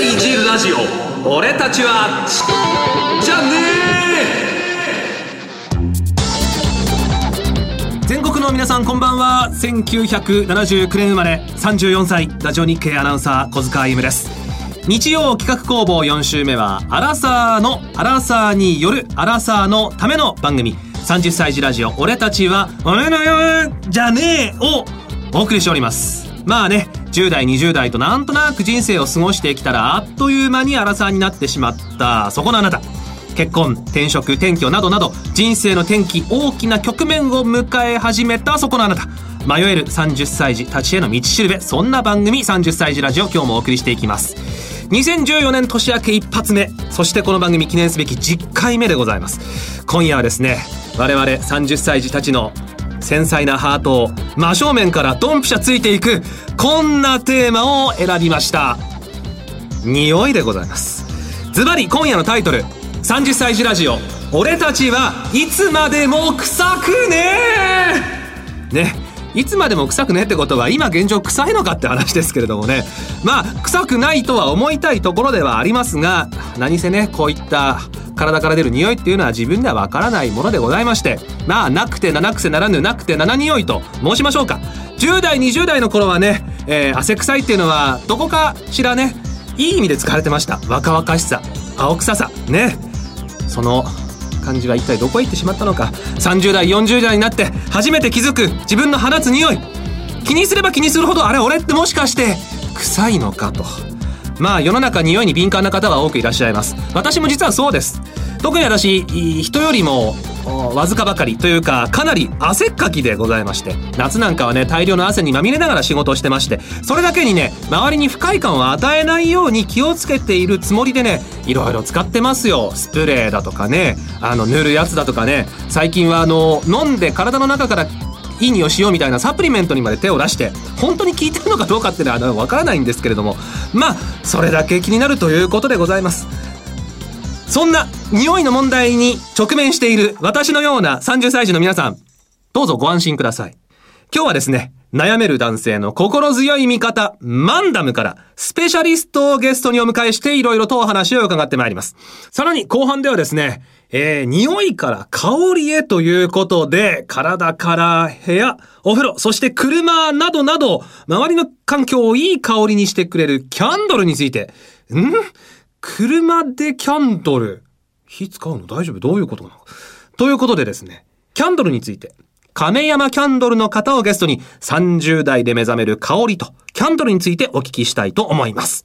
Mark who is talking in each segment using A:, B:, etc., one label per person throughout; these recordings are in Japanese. A: ジオ俺たちはじゃね
B: 全国の皆さんこんばんは1979年生まれ34歳ラジオ日経アナウンサー小塚歩夢です日曜企画工房4週目はアラサーのアラサーによるアラサーのための番組30歳児ラジオ俺たちは俺のよじゃねえをお送りしておりますまあね10代20代となんとなく人生を過ごしてきたらあっという間にアラサーになってしまったそこのあなた結婚転職転居などなど人生の転機大きな局面を迎え始めたそこのあなた迷える30歳児たちへの道しるべそんな番組30歳児ラジオ今日もお送りしていきます2014年年明け一発目そしてこの番組記念すべき10回目でございます今夜はですね我々30歳児たちの繊細なハートを真正面からドンピシャついていくこんなテーマを選びました匂いでございますズバリ今夜のタイトル30歳児ラジオ俺たちはいつまでも臭くねえねいつまでも臭くねえってことは今現状臭いのかって話ですけれどもねまあ臭くないとは思いたいところではありますが何せねこういった体から出る匂いっていうのは自分ではわからないものでございましてまあなくて七癖ならぬなくて七匂いと申しましょうか10代20代の頃はね、えー汗臭いっていうのはどこかしらねいい意味で使われてました若々しさ青臭さねその感じは一体どこへ行ってしまったのか30代40代になって初めて気づく自分の放つ匂い気にすれば気にするほどあれ俺ってもしかして臭いのかとまあ世の中匂いに敏感な方は多くいらっしゃいます私も実はそうです特に私い人よりもおわずかばかりというかかなり汗っかきでございまして夏なんかはね大量の汗にまみれながら仕事をしてましてそれだけにね周りに不快感を与えないように気をつけているつもりでねいろいろ使ってますよスプレーだとかねあの塗るやつだとかね最近はあの飲んで体の中からいい匂いしようみたいなサプリメントにまで手を出して本当に効いてるのかどうかっていうのはあのわからないんですけれどもまあそれだけ気になるということでございますそんな匂いの問題に直面している私のような30歳児の皆さん、どうぞご安心ください。今日はですね、悩める男性の心強い味方、マンダムから、スペシャリストをゲストにお迎えして、いろいろとお話を伺ってまいります。さらに後半ではですね、えー、匂いから香りへということで、体から部屋、お風呂、そして車などなど、周りの環境をいい香りにしてくれるキャンドルについて、ん車でキャンドル。火使うの大丈夫どういうことなのということでですね、キャンドルについて、亀山キャンドルの方をゲストに30代で目覚める香りと、キャンドルについてお聞きしたいと思います。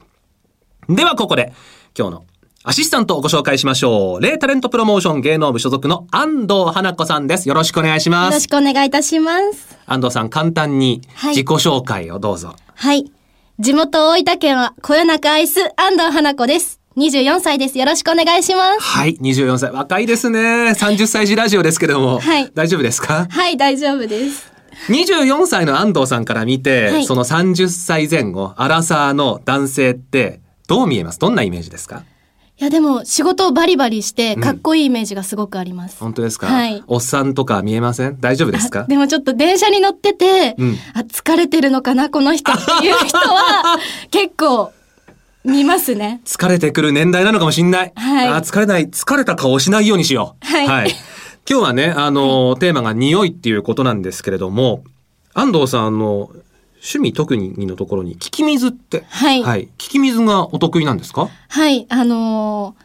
B: ではここで、今日のアシスタントをご紹介しましょう。レイタレントプロモーション芸能部所属の安藤花子さんです。よろしくお願いしま
C: よろ
B: す
C: し。くお願いいたします。
B: 安藤さん、簡単に
C: はい
B: 自己紹介をどうぞ。
C: はい。地元大分県は、こよなく愛す、安藤花子です。24歳です。よろしくお願いします。
B: はい、24歳。若いですね。30歳児ラジオですけども。
C: はい
B: 大丈夫ですか
C: はい、大丈夫です。
B: 24歳の安藤さんから見て、
C: はい
B: その30歳前後、アラサーの男性って、どう見えますどんなイメージですか
C: いや、でも、仕事をバリバリして、
B: ん
C: かっこいいイメージがすごくあります。
B: 本当ですか、
C: はい
B: おっさんとか見えません大丈夫です
C: あ
B: か
C: でもちょっと電車に乗ってて、
B: うん
C: あ、疲れてるのかな、この人っていう 人は、結構、見ますね。
B: 疲れてくる年代なのかもしんない。
C: はい
B: あー疲れない、疲れた顔をしないようにしよう。
C: はい
B: 今日はね、あのー、テーマが匂いっていうことなんですけれども、安藤さんの趣味特にのところに、聞き水って。
C: はい
B: はい。聞き水がお得意なんですか
C: はい、あのー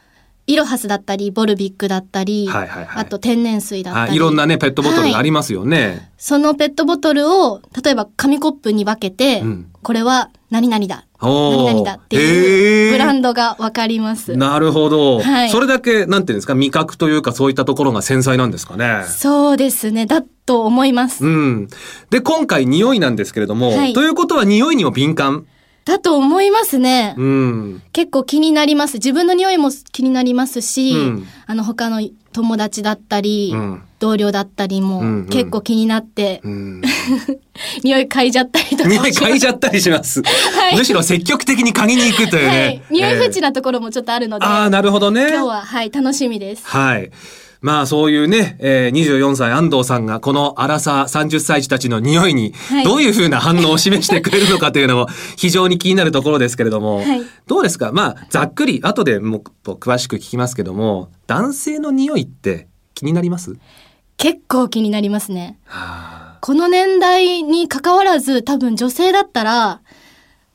C: イロハスだったり、ボルビックだったり、
B: はいはいはい
C: あと天然水だった
B: は
C: り。
B: い。いろんなね、ペットボトルがあ
C: はい
B: りますよね。
C: そのペットボトルを、例えば紙コップに分けて、
B: うん
C: これは何々だ、
B: おー
C: 何々だってい
B: へー
C: うブランドがわかります。
B: なるほど、
C: はい
B: それだけ、なんていうんですか、味覚というかそういったところが繊細なんですかね。
C: そうですね、だと思います。
B: うん。で、今回匂いなんですけれども、
C: はい
B: ということは匂いにも敏感。
C: だと思いますね。
B: うん。
C: 結構気になります。自分の匂いも気になりますし、
B: うん
C: あの他の友達だったり、
B: うん
C: 同僚だったり
B: うんう
C: も
B: ん
C: 結構気になって、
B: うん。
C: 匂い嗅いじゃったりとかもし
B: 匂
C: ま
B: い
C: す。
B: 嗅いじゃったりします。
C: い
B: むしろ積極的に嗅ぎに行くというね。
C: はい。匂いフェチ
B: えー
C: なところもちょっとあるので、
B: ああ、なるほどね。
C: 今日は、はい、楽しみです。
B: はい。まあそういうね、えー、24歳安藤さんがこの荒さ30歳児たちの匂いに
C: はい
B: どういうふうな反応を示してくれるのかというの も非常に気になるところですけれども、
C: はい
B: どうですかまあざっくり後でもっと詳しく聞きますけども男性の匂いって気になります、
C: 結構気になりますね。
B: はあ
C: この年代に関わらず多分女性だったら、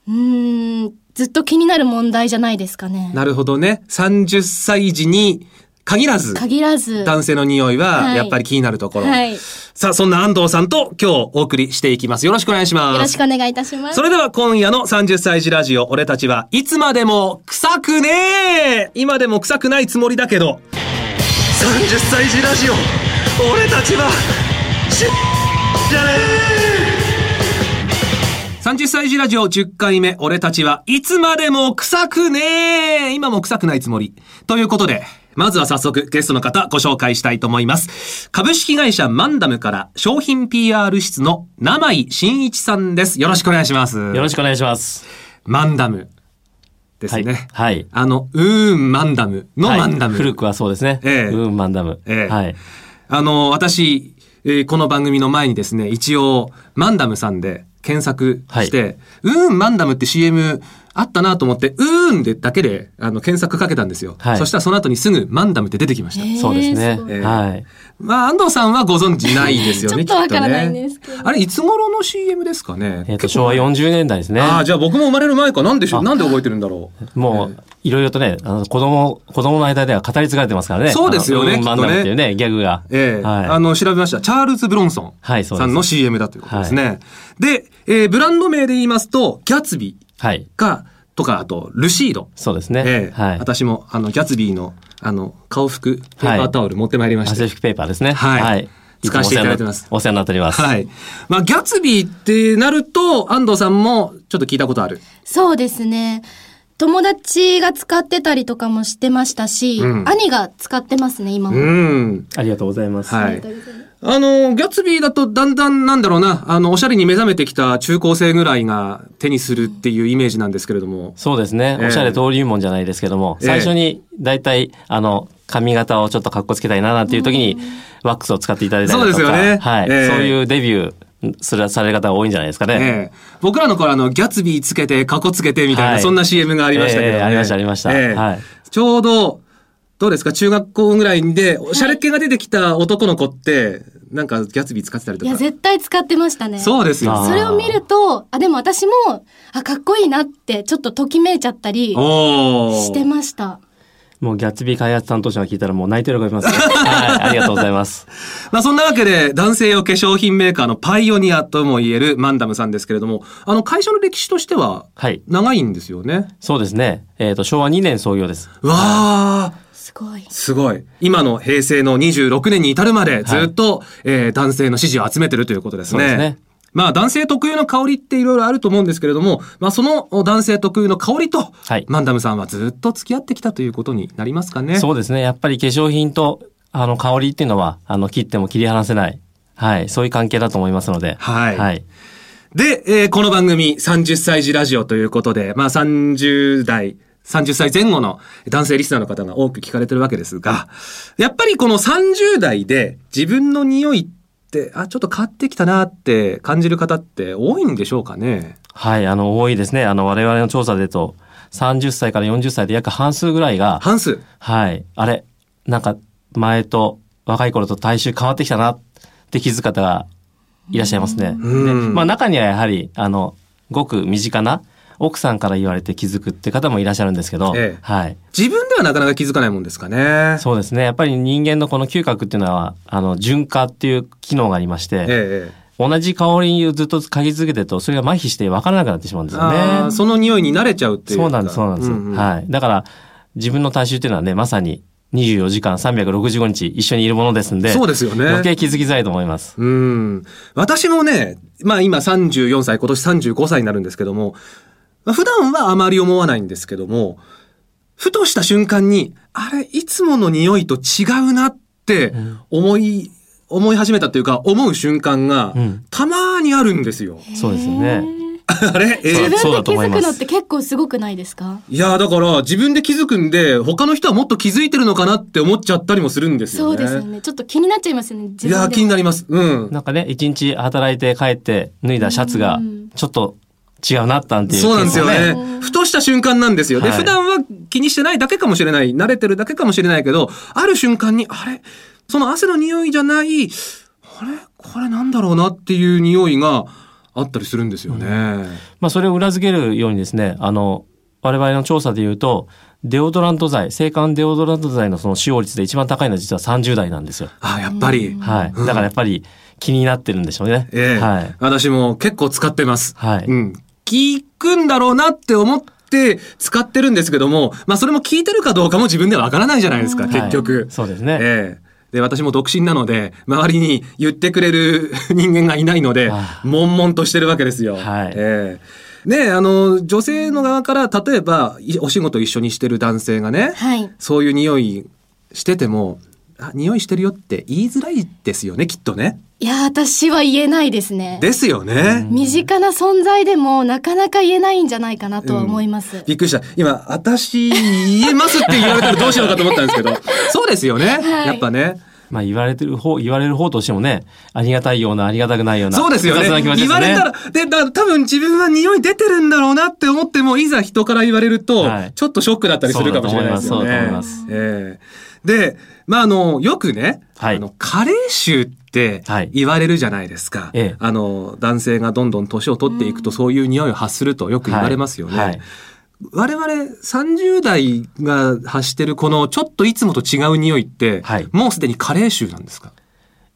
C: うーん、ずっと気になる問題じゃないですかね。
B: なるほどね30歳児に限らず
C: 限らず。
B: 男性の匂いは
C: はい
B: やっぱり気になるところ、
C: はい。よ
B: さあそんな安藤さんと今日お送りしていきますよろしくお願いします
C: ろしくお願いいたします
B: そ。れでは今夜の30歳児ラジオ、俺たちはいつまでも臭くねえ今でも臭くないつもりだけど。30歳児ラジオ、俺たちは、し、じゃねえ30歳児ラジオ10回目、俺たちはいつまでも臭くねえ今も臭くないつもり。ということで、まずは早速ゲストの方ご紹介したいと思います。株式会社マンダムから商品 PR 室の生井真一さんです。よろしくお願いします。
D: よろしくお願いします。
B: マンダムですね。
D: はいはい
B: あの、うーん、マンダムの
D: はい
B: マンダム。
D: 古くはそうですね。
B: ええ
D: うん、マンダム。
B: ええ
D: はい。
B: あの、私、えーこの番組の前にですね、一応、マンダムさんで検索して、うーん、マンダムって CM あったなと思って、うーんでだけで、あの、検索かけたんですよ。
D: はい
B: そしたらその後にすぐ、マンダムって出てきました。
C: えー
D: そうですね
C: す。ご
B: い
D: はい。
B: まあ、安藤さんはご存知ないですよね、
C: ちょっと
B: きね
C: わからないんですけど
B: あれ、いつ頃の CM ですかね。
D: えっ、と、昭和40年代ですね。
B: ああ、じゃあ僕も生まれる前か。なんでしょう
D: あ
B: なんで覚えてるんだろう。
D: もう、いろいろとね、あの、子供、子供の間では語り継がれてますからね。
B: そうですよね
D: あのうん
B: きっと
D: マ
B: ね
D: ンダムっていうね、ギャグが。
B: ええ
D: はい。
B: あの、調べました。チャールズ・ブロンソ
D: はい
B: ン
D: そう
B: さ
D: です
B: んの CM だということですね。で、えーブランド名で言いますと、ギャツビ
D: はい。
B: ーか、とか、あと、ルシード。
D: そうですね。
B: ええ
D: はい。
B: 私も、あの、ギャツビーの、あの、顔服、ペーパータオル持ってまいりまし
D: ア
B: た。
D: セフィックペーパーですね。
B: はい使わせていただいてます
D: お世話になっております。
B: はい。まあ、ギャツビーってなると、安藤さんもちょっと聞いたことある。
C: そうですね。友達が使ってたりとかもしてましたし、
B: うん
C: 兄が使ってますね、今も。
B: うん。
D: ありがとうございます。
B: は
C: あり
B: い
C: がと。うございます
B: あの、ギャツビーだとだんだんなんだろうな、あの、おしゃれに目覚めてきた中高生ぐらいが手にするっていうイメージなんですけれども。
D: そうですね。
B: ええ
D: おしゃれ登竜門じゃないですけども、
B: ええ
D: 最初に大体、あの、髪型をちょっとかっこつけたいななんていう時に、ワックスを使っていただいたりとか、
B: そうですよね
D: はい、
B: ええ
D: そういうデビューするされる方が多いんじゃないですかね。
B: ええ僕らの頃あの、ギャツビーつけて、カコつけてみたいな、
D: はい
B: そんな CM がありましたけど、ね
D: ええありましたありましたはい
B: ちょうど、どうですか中学校ぐらいで、おしゃれっ気が出てきた男の子って、なんかギャツビー使ってたりと
C: いや、
B: か。
C: 絶対使ってましたね。
B: そうですよ。
D: あー
C: それを見ると、あ、でも私も、あ、かっこいいなって、ちょっとときめいちゃったり
B: おー
C: してました。
D: もうギャッツビー開発担当者が聞いたらもう泣いてるがいます ね、はい。ありがとうございます。
B: まあそんなわけで、男性用化粧品メーカーのパイオニアとも言えるマンダムさんですけれども、あの、会社の歴史としては、
D: はい。
B: 長いんですよね。
D: そうですね。えっ、と、昭和2年創業です。
B: わー。
C: すごい。
B: すごい。今の平成の26年に至るまでずっと、えー男性の支持を集めてるということですね。
D: そうですね
B: まあ男性特有の香りっていろいろあると思うんですけれども、まあその男性特有の香りと、
D: はい
B: マンダムさんはずっと付き合ってきたということになりますかね。
D: そうですね。やっぱり化粧品と、あの、香りっていうのは、あの、切っても切り離せない。はい。そういう関係だと思いますので。
B: はい
D: はい。
B: で、えーこの番組30歳児ラジオということで、まあ30代、30歳前後の男性リスナーの方が多く聞かれてるわけですが、やっぱりこの30代で自分の匂いって、あ、ちょっと変わってきたなって感じる方って多いんでしょうかね。
D: はい、あの、多いですね。あの、我々の調査でと、30歳から40歳で約半数ぐらいが、
B: 半数。
D: はい、あれ、なんか、前と、若い頃と体臭変わってきたなって気づく方がいらっしゃいますね。
B: うん
D: でまあ、中にはやはり、あの、ごく身近な奥さんから言われて気づくって方もいらっしゃるんですけど、
B: ええ
D: はい。
B: 自分ではなかなか気づかないもんですかね。
D: そうですね。やっぱり人間のこの嗅覚っていうのは、あの、循化っていう機能がありまして、
B: ええ
D: 同じ香りをずっと嗅ぎ続けてると、それが麻痺して分からなくなってしまうんですよね。
B: あーその匂いに慣れちゃうっていう
D: そ
B: か
D: うなんです、そうなんです。
B: ん
D: はい。だから、自分の体臭っていうのはね、まさに24時間365日一緒にいるものですんで、
B: そうですよね。
D: 余計気づきづらいと思います。
B: うん。私もね、まあ今34歳、今年35歳になるんですけども、まあ普段はあまり思わないんですけども、ふとした瞬間に、あれ、いつもの匂いと違うなって思い、思い始めたというか、思う瞬間が
D: うん、
B: たまにあるんですよ。
D: そうですよね。
B: あれえ
C: 自
B: ー
C: 分で
D: そうだと
C: 気
D: 思い
C: づ
D: ま
C: く
D: す
C: のって結構すごくないですか
B: いやーだから自分で気づくんで他の人はもっと気づいてるのかなって思っちゃったりもするんです
C: そ
B: よ
C: う
B: ね。
C: ですよね。ちょっと気になっちゃいますよね。自
B: いやー
C: 分で
B: 気になります。うん。
D: なんかね、一日働いて帰って脱いだシャツが
C: うん、
D: ちょっと違うなったんていう。
B: そうなんですよ
C: 結
B: ね
C: 構ね。
B: ふとした瞬間なんですよ。で、
D: はい
B: 普段は気にしてないだけかもしれない。慣れてるだけかもしれないけど、ある瞬間に、あれその汗の匂いじゃない、あれこれなんだろうなっていう匂いがあったりするんですよね。
D: まあ、それを裏付けるようにですね、あの、我々の調査で言うと、デオドラント剤、制汗デオドラント剤のその使用率で一番高いのは実は30代なんですよ。
B: あーやっぱり。
D: はい。だからやっぱり気になってるんでしょうね。
B: ええ
D: はい。
B: 私も結構使ってます。
D: はい
B: うん。聞くんだろうなって思って使ってるんですけども、まあそれも聞いてるかどうかも自分ではわからないじゃないですか、結
D: は
B: 局
D: い。そうですね
B: ええで、私も独身なので、周りに言ってくれる 人間がいないので
D: あ、あ
B: 悶々としてるわけですよ。
D: はい
B: ええねえあの、女性の側から、例えば、いお仕事一緒にしてる男性がね、
C: はい。
B: そういう匂いしてても、あ、匂いしてるよって言いづらいですよね、きっとね。
C: いや、私は言えないですね。
B: ですよね。
C: 身近な存在でもなかなか言えないんじゃないかなとは思います。
B: びっくりした。今、私、言えますって言われたらどうしようかと思ったんですけ ど。そうですよね。
C: い
B: やっぱね。
D: まあ言われてる方、言われる方としてもね、ありがたいような、ありがたくないような。
B: そうですよね。
D: 複雑な気持ちで
B: 言
D: すね
B: われたら、で、だ多分自分は匂い出てるんだろうなって思っても、いざ人から言われると、
D: はい
B: ちょっとショックだったりするかもしれないですよね。
D: そうだと思います
C: そ
B: ええで、まあ、あの、よくね、
D: はい
B: あの、加齢臭って
D: はい
B: 言われるじゃないですか。
D: ええ
B: あの、男性がどんどん年を取っていくと、そういう匂いを発するとよく言われますよね。
D: はいはい
B: 我々30代が発してるこのちょっといつもと違う匂いって、
D: はい
B: もうすでに加齢臭なんですか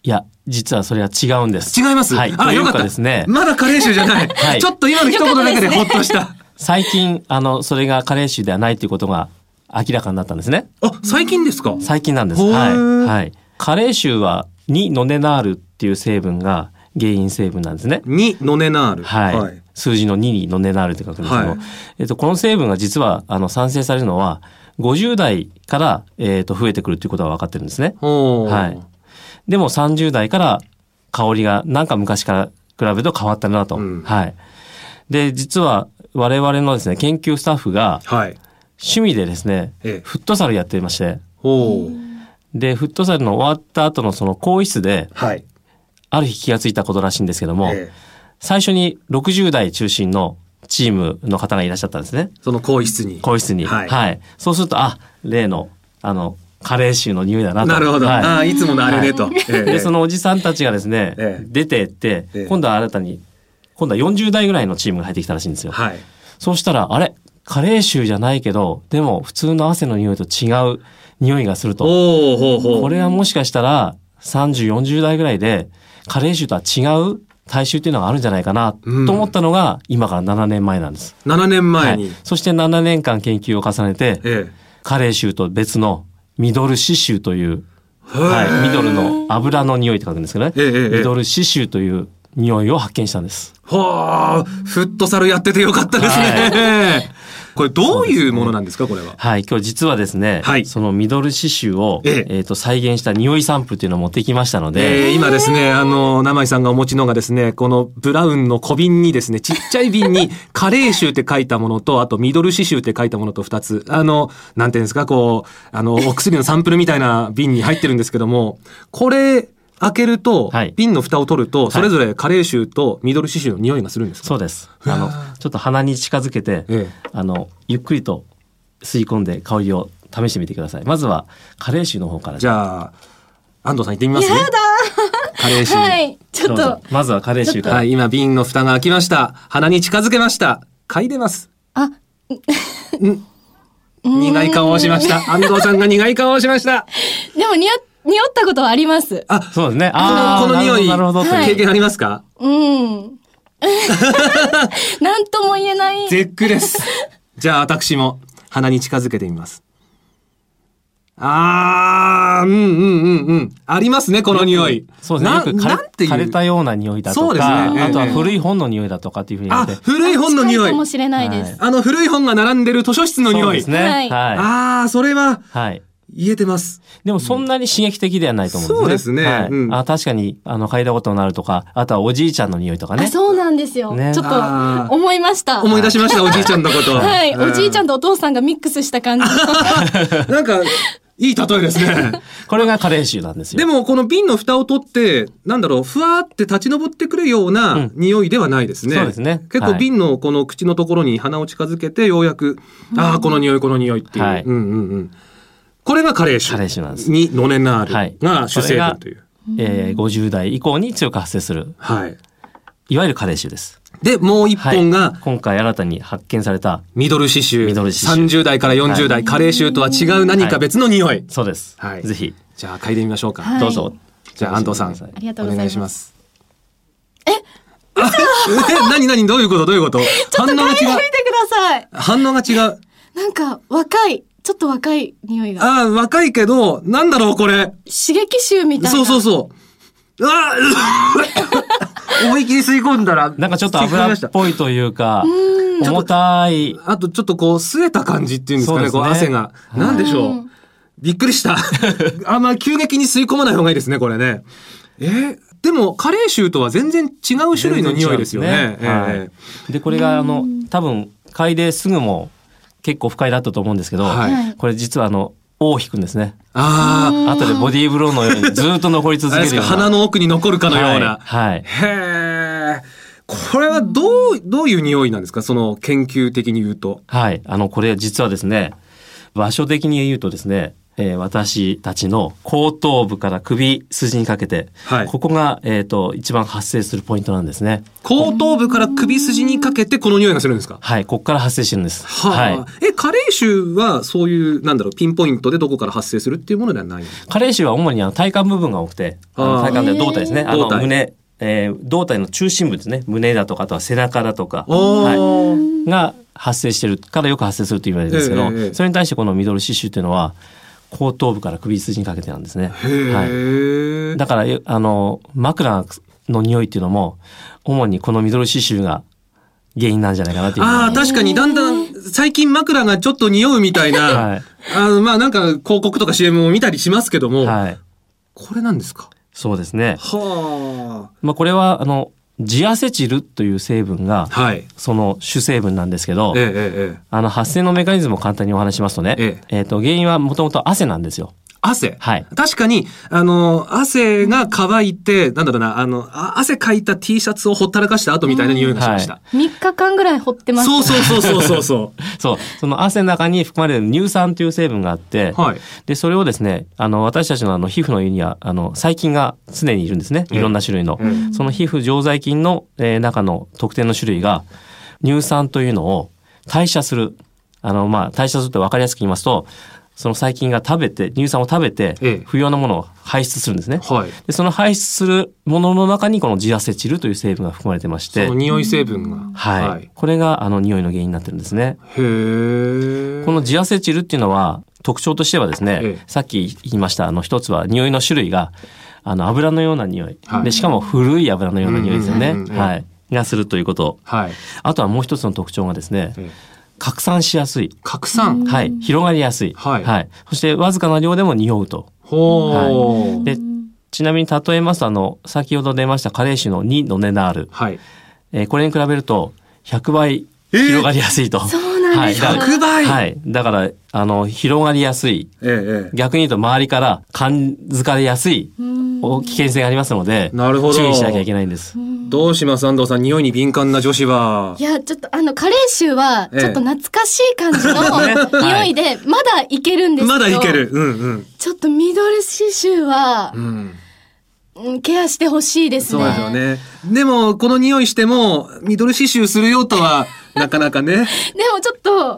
D: いや、実はそれは違うんです。
B: 違います、
D: はい。
B: あら、
D: とい
B: よ
D: う
B: かった。
D: ですね、
B: まだ加齢臭じゃない。
D: はい
B: ちょっと今の一言だけで
C: よか
B: ほ
C: っ
B: っとした。
D: 最近、あの、それが加齢臭ではないということが明らかになったんですね。
B: あ、 最近ですか
D: 最近なんです。
B: ほー
D: はい。はい。加齢臭は、ニノネナールっていう成分が原因成分なんですね。
B: に、ノネナール。
D: はい。数字の2にノネナールって書くんですけど、
B: はい
D: えっと、この成分が実は、あの、産生されるのは、50代から、えっと、増えてくるということが分かってるんですね。
B: ほう
D: はい。でも30代から香りがなんか昔から比べると変わったなと。
B: うん
D: はい。で、実は我々のですね、研究スタッフが
B: はい。
D: 趣味でですね、
B: ええ
D: フットサルやってまして、
B: ほう。
D: で、フットサルの終わった後のその更衣室で、
B: はい。
D: ある日気がついたことらしいんですけども、
B: ええ
D: 最初に60代中心のチームの方がいらっしゃったんですね。
B: その更衣室に。
D: 更衣室に。
B: はい
D: そうすると、あ、例の、あの、カレー臭の匂いだなと。
B: なるほど。
D: はい
B: ああ、いつものあれねと。ええ
D: で、そのおじさんたちがですね、
B: ええ
D: 出てって
B: ええ、
D: 今度は新たに、今度は40代ぐらいのチームが入ってきたらしいんですよ。
B: はい。
D: そうしたら、あれ加齢臭じゃないけど、でも普通の汗の匂いと違う匂いがすると。
B: ほうほうほう。
D: これはもしかしたら、30、40代ぐらいで、加齢臭とは違う体臭っていうのがあるんじゃないかな、と
B: うん
D: 思ったのが、今から7年前なんです。
B: 7年
D: は
B: 前
D: い
B: に。。
D: そして7年間研究を重ねて、
B: え
D: 加齢臭と別のミドルシ臭という、
B: え
D: はい、ミドル。
B: へえ
D: の油の匂いって書くんですけどね。
B: ええええ
D: ミドル刺繍という匂いを発見したんです。
B: ほう、フットサルやっててよかったですね。 これどういうものなんですか、これは。
D: はい、今日実はですね、
B: はい
D: そのミドル刺繍を、
B: え
D: え
B: え
D: っ、と、再現した匂いサンプルっていうのを持ってきましたの
B: え
D: で、
B: ー今ですね、あの、生井さんがお持ちのがですね、このブラウンの小瓶にですね、ちっちゃい瓶に、カレー臭って書いたものと、あとミドル刺繍って書いたものと二つ、あの、なんていうんですか、こう、あの、お薬のサンプルみたいな瓶に入ってるんですけども、これ、開けると、
D: はい
B: 瓶の蓋を取ると、それぞれカレー臭とミドル刺繍の匂いがするんですか
D: そうです。あの、ちょっと鼻に近づけて、
B: ええ
D: あの、ゆっくりと吸い込んで香りを試してみてください。まずは、カレー臭の方から。
B: じゃあ、安藤さん行ってみますやだカレー臭。
C: はい。ちょっ
D: どうぞ
C: と、
D: まずはカレー臭から。
B: はい、今瓶の蓋が開きました。鼻に近づけました。嗅いでます。
C: あ、
B: 苦い顔をしました。安藤さんが苦い顔をしました。
C: でも匂っ、匂ったことはあります。
B: あ、
D: そうですね。あ
B: あ
D: あ、
B: のこの匂い、
D: なるほど、なるほどとい
B: 経
D: う
B: 験ありますか、
C: うん。なんとも言えない。
B: 絶句です。じゃあ私も鼻に近づけてみます。あー、うんうんうんうん。ありますね、この匂い。
D: そうですね。よく
B: な
D: 枯
B: なんて
D: れ
B: い
D: 枯れ
B: う。
D: たような匂いだと
B: そうです
D: か、
B: ねええ
D: あとは古い本の匂いだとかっていうふうに言
B: あ
D: って。、
B: 古い本の匂
C: 近
B: い
C: か。もしれないです。
D: はい
B: あの古い本が並んでる図書室の
D: そう
B: 匂
D: で
B: い。
D: すね。
C: はい
D: はい。
B: あー、それは
D: はい。
B: 言えてます。
D: でもそんなに刺激的ではないと思うんですね。
B: そうですね
D: はい
B: うん
D: あ確かに、あの、嗅いだことになるとか、あとはおじいちゃんの匂いとかね。
C: あそうなんですよ、
D: ね
C: ちょっ
B: あー
C: と思いました
B: 思い出しました、おじいちゃんのこと。
C: はい、おじいちゃ
B: ん。
C: んとお父さんがミックスし た感じ
B: なんか、いい例えですね。
D: これがカレー臭なんですよ。
B: でも、この瓶の蓋を取って、なんだろう、ふわーって立ち上ってくるよう
D: う
B: なん匂いではないですね。
D: そうですね
B: 結
D: は
B: 構
D: い
B: 瓶のこの口のところに鼻を近づけて、ようやく、ああ、この匂い、この匂いっていう。
D: はい
B: うんうんうん。これがカレー
D: カレー臭なんです
B: 酒にノネナ
D: は
B: ー
D: い
B: ルが主成分という。
D: えー、50代以降に強く発生する、
B: はい。
D: いわゆるカレー臭です。
B: で、もう一
D: はい
B: 本が、
D: 今回新たに発見された、
B: ミドル刺繍。
D: ミドル刺繍
B: 30代から40代、
D: は
B: カレー臭とは違う何か別の匂い。
D: そうです。
B: はい
D: ぜひ、
B: じゃあ、嗅いでみましょうか。
C: はい
D: どうぞ。
B: じゃあ、安藤さん。
D: 教えてくだ
C: ありがとうござ
B: お
C: います
B: 願いします。 ええ何何どういうことどういうこと反応が違う
C: 見てください
B: 反応が違う。
C: なんか若いちょっと若い匂いが
B: ああ、若いけど、なんだろうこれ。
C: 刺激臭みたいな
B: そうそうそう。うわあ思いっきり吸い込んだら。
D: なんかちょっと油っぽいというか、重たい。
B: あとちょっとこう、吸えた感じっていうんですかね、
D: そ
B: こ
D: う
B: う
D: ですね
B: 汗が。なんでしょう。びっくりした。あんま急激に吸い込まない方がいいですね、これね。えーでも、カレー臭とは全然違う種類の匂いですよね。え
D: は
B: ー
D: い、でこれがあの多分嗅いですぐも結構不快だったと思うんですけど、
B: はい
C: はい
D: これ実はあの尾を引くんですね。
B: ああ、
D: 後でボディーブローのようにずっと残り続
B: あ
D: け
B: れで
D: るよ
B: す
D: う
B: か、
D: な。
B: 鼻の奥に残るかのような。
D: はい。は
B: へ
D: い
B: え。これはどう、どういう匂いなんですかその研究的に言うと。
D: はい。あの、これ実はですね、場所的に言うとですね、えー私たちの後頭部から首筋にかけて、
B: はい
D: ここが、えっ、と、一番発生するポイントなんですね。
B: 後頭部から首筋にかけてこの匂いがするんですか
D: はい。ここから発生してるんです。。
B: はいい。え、加齢臭はそういう、なんだろう、ピンポイントでどこから発生するっていうものではないんです
D: 加齢臭は主にあの体幹部分が多くて、あ
B: あ
D: の
B: ー
D: 体幹で胴体ですね。あの
B: 胴体
D: 胸、えー胴体の中心部ですね。胸だとか、あとは背中だとか、
B: お
D: はい、
B: ー
D: が発生してるからよく発生すると言われるんですけど、
B: ええええ
D: それに対してこのミドル刺繍というのは、後頭部から首筋にかけてなんですね。はい。
B: へえ。
D: だから、えあの、枕の匂いっていうのも、主にこのミドル刺繍が原因なんじゃないかなっていうふうに
B: ああ、確かにだんだん最近枕がちょっと匂うみたい
D: は
B: な、
D: い。
B: あの、まあなんか広告とか CM を見たりしますけども、
D: はい。
B: これなんですか
D: そうですね。
B: は
D: まあ、これは、あの、ジアセチルという成分が
B: あ。、はい。
D: その主成分なんですけど
B: え、えええ。
D: あの、発生のメカニズムを簡単にお話しますとね、
B: え
D: えっ、と、原因はもともと汗なんですよ。
B: 汗。
D: はい。
B: 確かに、あの、汗が乾いて、なんだろうな、あの、あ汗かいた T シャツをほったらかした後みたいな匂いがしました。
C: 3日間ぐらい掘ってます
B: そうそうそうそうそうそ
D: そう。その汗の中に含まれる乳酸という成分があって、
B: う。はい。
D: で、それをですね、あの、私たちのあの、皮膚の湯には、あの、細菌が常にいるんですね。
B: ええ
D: いろんな種類の。
B: ええ
D: その皮膚常在菌の、えー中の特定の種類が、乳酸というのを代謝する。あの、まあ、代謝すると分かりやすく言いますと、その細菌が食べて、乳酸を食べ
B: ええ
D: て、不要なものを排出するんですね。
B: はい。
D: でその排出するものの中にこのジアセチルという成分が含まれてまし
B: そ
D: て
B: の、匂い成分が。
D: はいこれがあの匂いの原因になってるんですね。
B: へえ。
D: このジアセチルっていうのは特徴としてはですね、
B: ええ
D: さっき言いましたあの一つは匂いの種類があの油のような匂い、
B: はい
D: でしかも古い油のような匂いですよね、
B: うんうんうんうん
D: はい、がするということ
B: はい。
D: あとはもう一つの特徴がですね
B: ええ
D: 拡散しやすい、
B: 拡散。
D: はい、広がりやすい、
B: はい
D: そしてわずかな量でも匂うと
B: ほう。
D: でちなみに例えますとあの先ほど出ましたカレー種の2のネナール、
B: はい。
D: えーこれに比べると100倍
B: えー
D: 広がりやすいと。
C: そうなんですよ
D: はいだから
B: 100倍
D: はい。だから、あの、広がりやすい。
B: ええええ。
D: 逆に言うと周りから感づかれやすい
C: うん
D: お危険性がありますので、
B: なるほど
D: 注意しなきゃいけないんです。
B: どうします安藤さん、匂いに敏感な女子は。
C: いや、ちょっとあの、カレー臭は、
B: ええ
C: ちょっと懐かしい感じの
D: は
C: 匂
D: い
C: いで、まだいけるんですけど。
B: まだいけ。る。うんうん。
C: ちょっとミドル刺繍は
B: う、ん。
C: うんケアしてほしいです
B: そ
C: ね。
B: うですよね。でも、この匂いしても、ミドル刺繍するよとは、なかなかね。
C: でもちょっと、う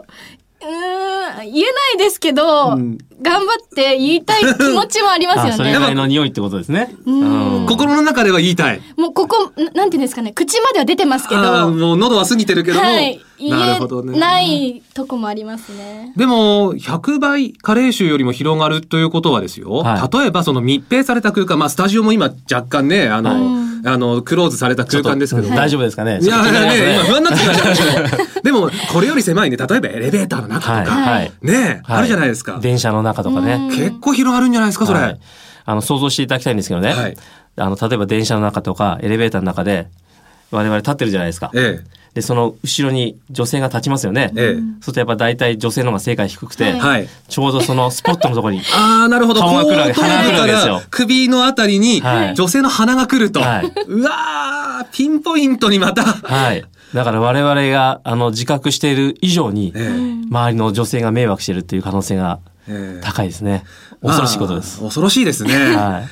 C: ーん、言えないですけ
B: う
C: ど、
B: ん
C: 頑張って言いたい気持ちもあります
D: あ、
C: よ
D: それ
C: ね
D: ぐ。らいの匂いってことですね。うん
B: 心の中では言いたい。
C: もうここ、ななんていうんですかね、口までは出てますけど、
B: ああ、
C: は
B: もう喉は過ぎてるけども。
C: い、言
B: なるほど
C: え
B: ね。
C: ないとこもありますね。
B: でも、100倍、加齢臭よりも広がるということはですよ。
D: はい
B: 例えば、その密閉された空間、まあ、スタジオも今、若干ね、あの、
D: はい
B: あの、クローズされた空間ですけど。
D: ちょっと大丈夫ですかね。
B: いや、いや
D: ちょっと気にな
B: ね、
D: り
B: 今
D: ます
B: 不安になってきましたけど。でも、これより狭いね。例えばエレベーターの中
D: はい。
B: とか、
D: はい。
B: ね、あるじゃないですか。
D: 電車の中とかね。
B: 結構広がるんじゃないですか、それ。
D: はいあの、想像していただきたいんですけどね。
B: はい
D: あの、例えば電車の中とか、エレベーターの中で、我々立ってるじゃないですか。
B: え
D: で、その後ろに女性が立ちますよね。
B: え、え
D: そうするとやっぱ大体女性の方が正解低くて、
B: え、はい。。
D: ちょうどそのスポットのところに
B: ああ、なるほど。
D: 顔が来るわけ
B: 後頭部
D: 鼻が来るわけですよ
B: から首のあたりに
D: はい
B: 女性の鼻が来ると。
D: はいう
B: わー、ピンポイントにまた。
D: はい。だから我々が、あの、自覚している以上に、
B: ええ
D: 周りの女性が迷惑してるっていう可能性が
B: ええ
D: 高いですね。恐ろしいことです。
B: まあ恐ろしいですね。
D: はい。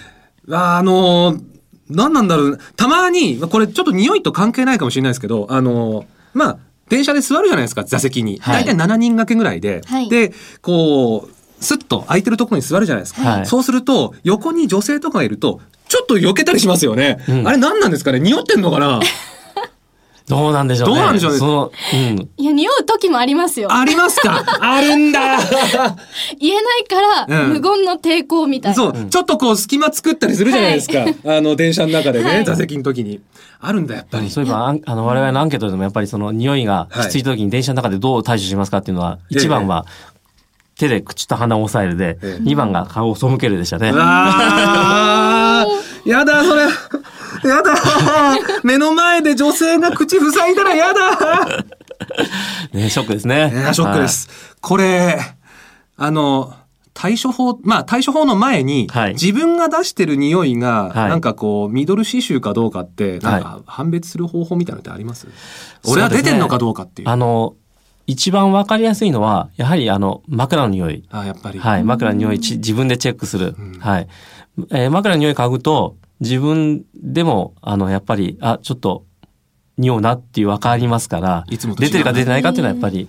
B: あのー、何なんだろう。たまに、まあこれちょっと匂いと関係ないかもしれないですけど、あのー、まあ、電車で座るじゃないですか、座席に。
D: はい
B: 大体7人掛けぐらいで。
C: はい
B: で、こう、スッと空いてるところに座るじゃないですか。
D: はい
B: そうすると、横に女性とかがいると、ちょっと避けたりしますよね。
D: うん
B: あれ何なんですかね匂ってんのかな
D: どうなんでしょうね。
B: どうなんでしょうね
D: その、うん。
C: いや、匂う時もありますよ。
B: ありますかあるんだ
C: 言えないから、
B: うん
C: 無言の抵抗みたい な。
B: そう、ちょっとこう隙間作ったりするじゃないですか。あの、電車の中でね、
C: はい
B: 座席の時に。あるんだ、やっぱり。
D: そういえば、あんあの、我々のアンケートでもやっぱりその匂いがきつい時に電車の中でどう対処しますかっていうのは、
B: ええ
D: 一番は手で口と鼻を押さえるで
B: ええ、
D: 二番が顔を背けるでしたね
B: う。わーやだ、それ。やだ。目の前で女性が口塞いだらやだ。
D: ね、ショックですね。
B: ねショックです。これ、あの、対処法、まあ対処法の前に、
D: はい
B: 自分が出してる匂いが、
D: はい
B: なんかこう、ミドル刺繍かどうかって、なん
D: は
B: か判別する方法みたいなのってあります、
D: そうですね
B: 俺は出てんのかどうかっていう。
D: はい。あの、一番わかりやすいのは、やはりあの、枕の匂い。
B: あやっぱり。
D: はい。枕の匂い、ち自分でチェックする。
B: ん
D: はい。えー枕の匂い嗅ぐと、自分でも、あの、やっぱり、あ、ちょっと、匂うなっていう分かりますから、
B: いつもと違う
D: 出てるか出てないかっていうのはやっぱり、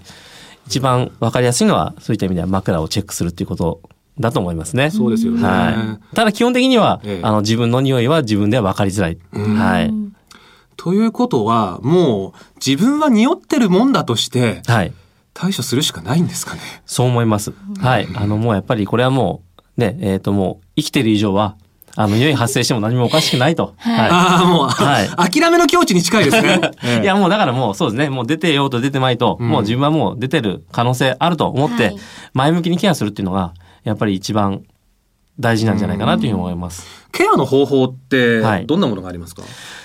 D: 一番分かりやすいのは、そういった意味では枕をチェックするっていうことだと思いますね。
B: そうですよね。
D: はい。ただ基本的には、
B: ええ
D: あの、自分の匂いは自分では分かりづらい。
B: うん
D: はい。
B: ということは、もう、自分は匂ってるもんだとして、
D: はい。
B: 対処するしかないんですかね。
D: そう思います。はい。あの、もうやっぱりこれはもう、ね、えっ、ともう、生きてる以上は、あの、匂い発生しても何もおかしくないと。 はい。
B: ああ、もう、
D: は
B: 諦めの境地に近いです ね。ええ
D: いや、もうだからもうそうですね。もう出てようと出てまいと、
B: ん
D: もう自分はもう出てる可能性あると思っ
C: は
D: て
C: い、
D: 前向きにケアするっていうのが、やっぱり一番大事なんじゃないかなというふうに思います。
B: ケアの方法って
D: は、い
B: どんなものがありますか、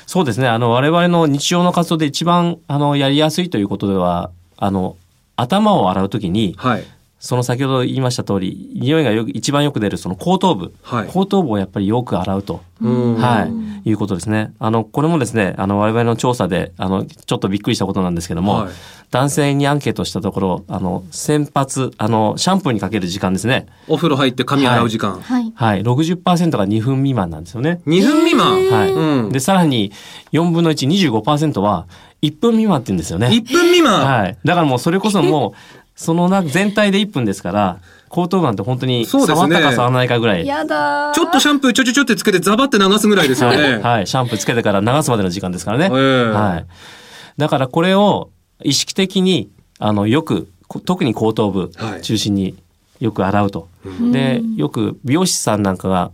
D: そうですね。あの、我々の日常の活動で一番、あの、やりやすいということでは、あの、頭を洗うときに、
B: はい。
D: その先ほど言いました通り、匂いがよく、一番よく出るその後頭部。
B: はい
D: 後頭部をやっぱりよく洗うと。
B: うん
D: はい。いうことですね。あの、これもですね、あの、我々の調査で、あの、ちょっとびっくりしたことなんですけども、
B: はい
D: 男性にアンケートしたところ、あの、先発、あの、シャンプーにかける時間ですね。
B: お風呂入って髪洗う時間。
C: はい。
D: はい。60%が2分未満なんですよね。
B: 2分未満。
D: はい。
B: うん
D: で、さらに、4分の1、25%は、1分未満って言うんですよね。
B: 1分未満、
D: はい。だからもうそれこそもう、 そのな、全体で1分ですから、後頭部なんて本当に、
B: そう
D: 触っ
B: ですね
D: たか触らないかぐらい。
C: やだー
B: ちょっとシャンプーちょちょちょってつけてザバって流すぐらいですよね。
D: はい。シャンプーつけてから流すまでの時間ですからね。
B: ええ
D: はい。だからこれを意識的に、あの、よく、こ特に後頭部
B: はい
D: 中心によく洗うと。で、よく美容師さんなんかが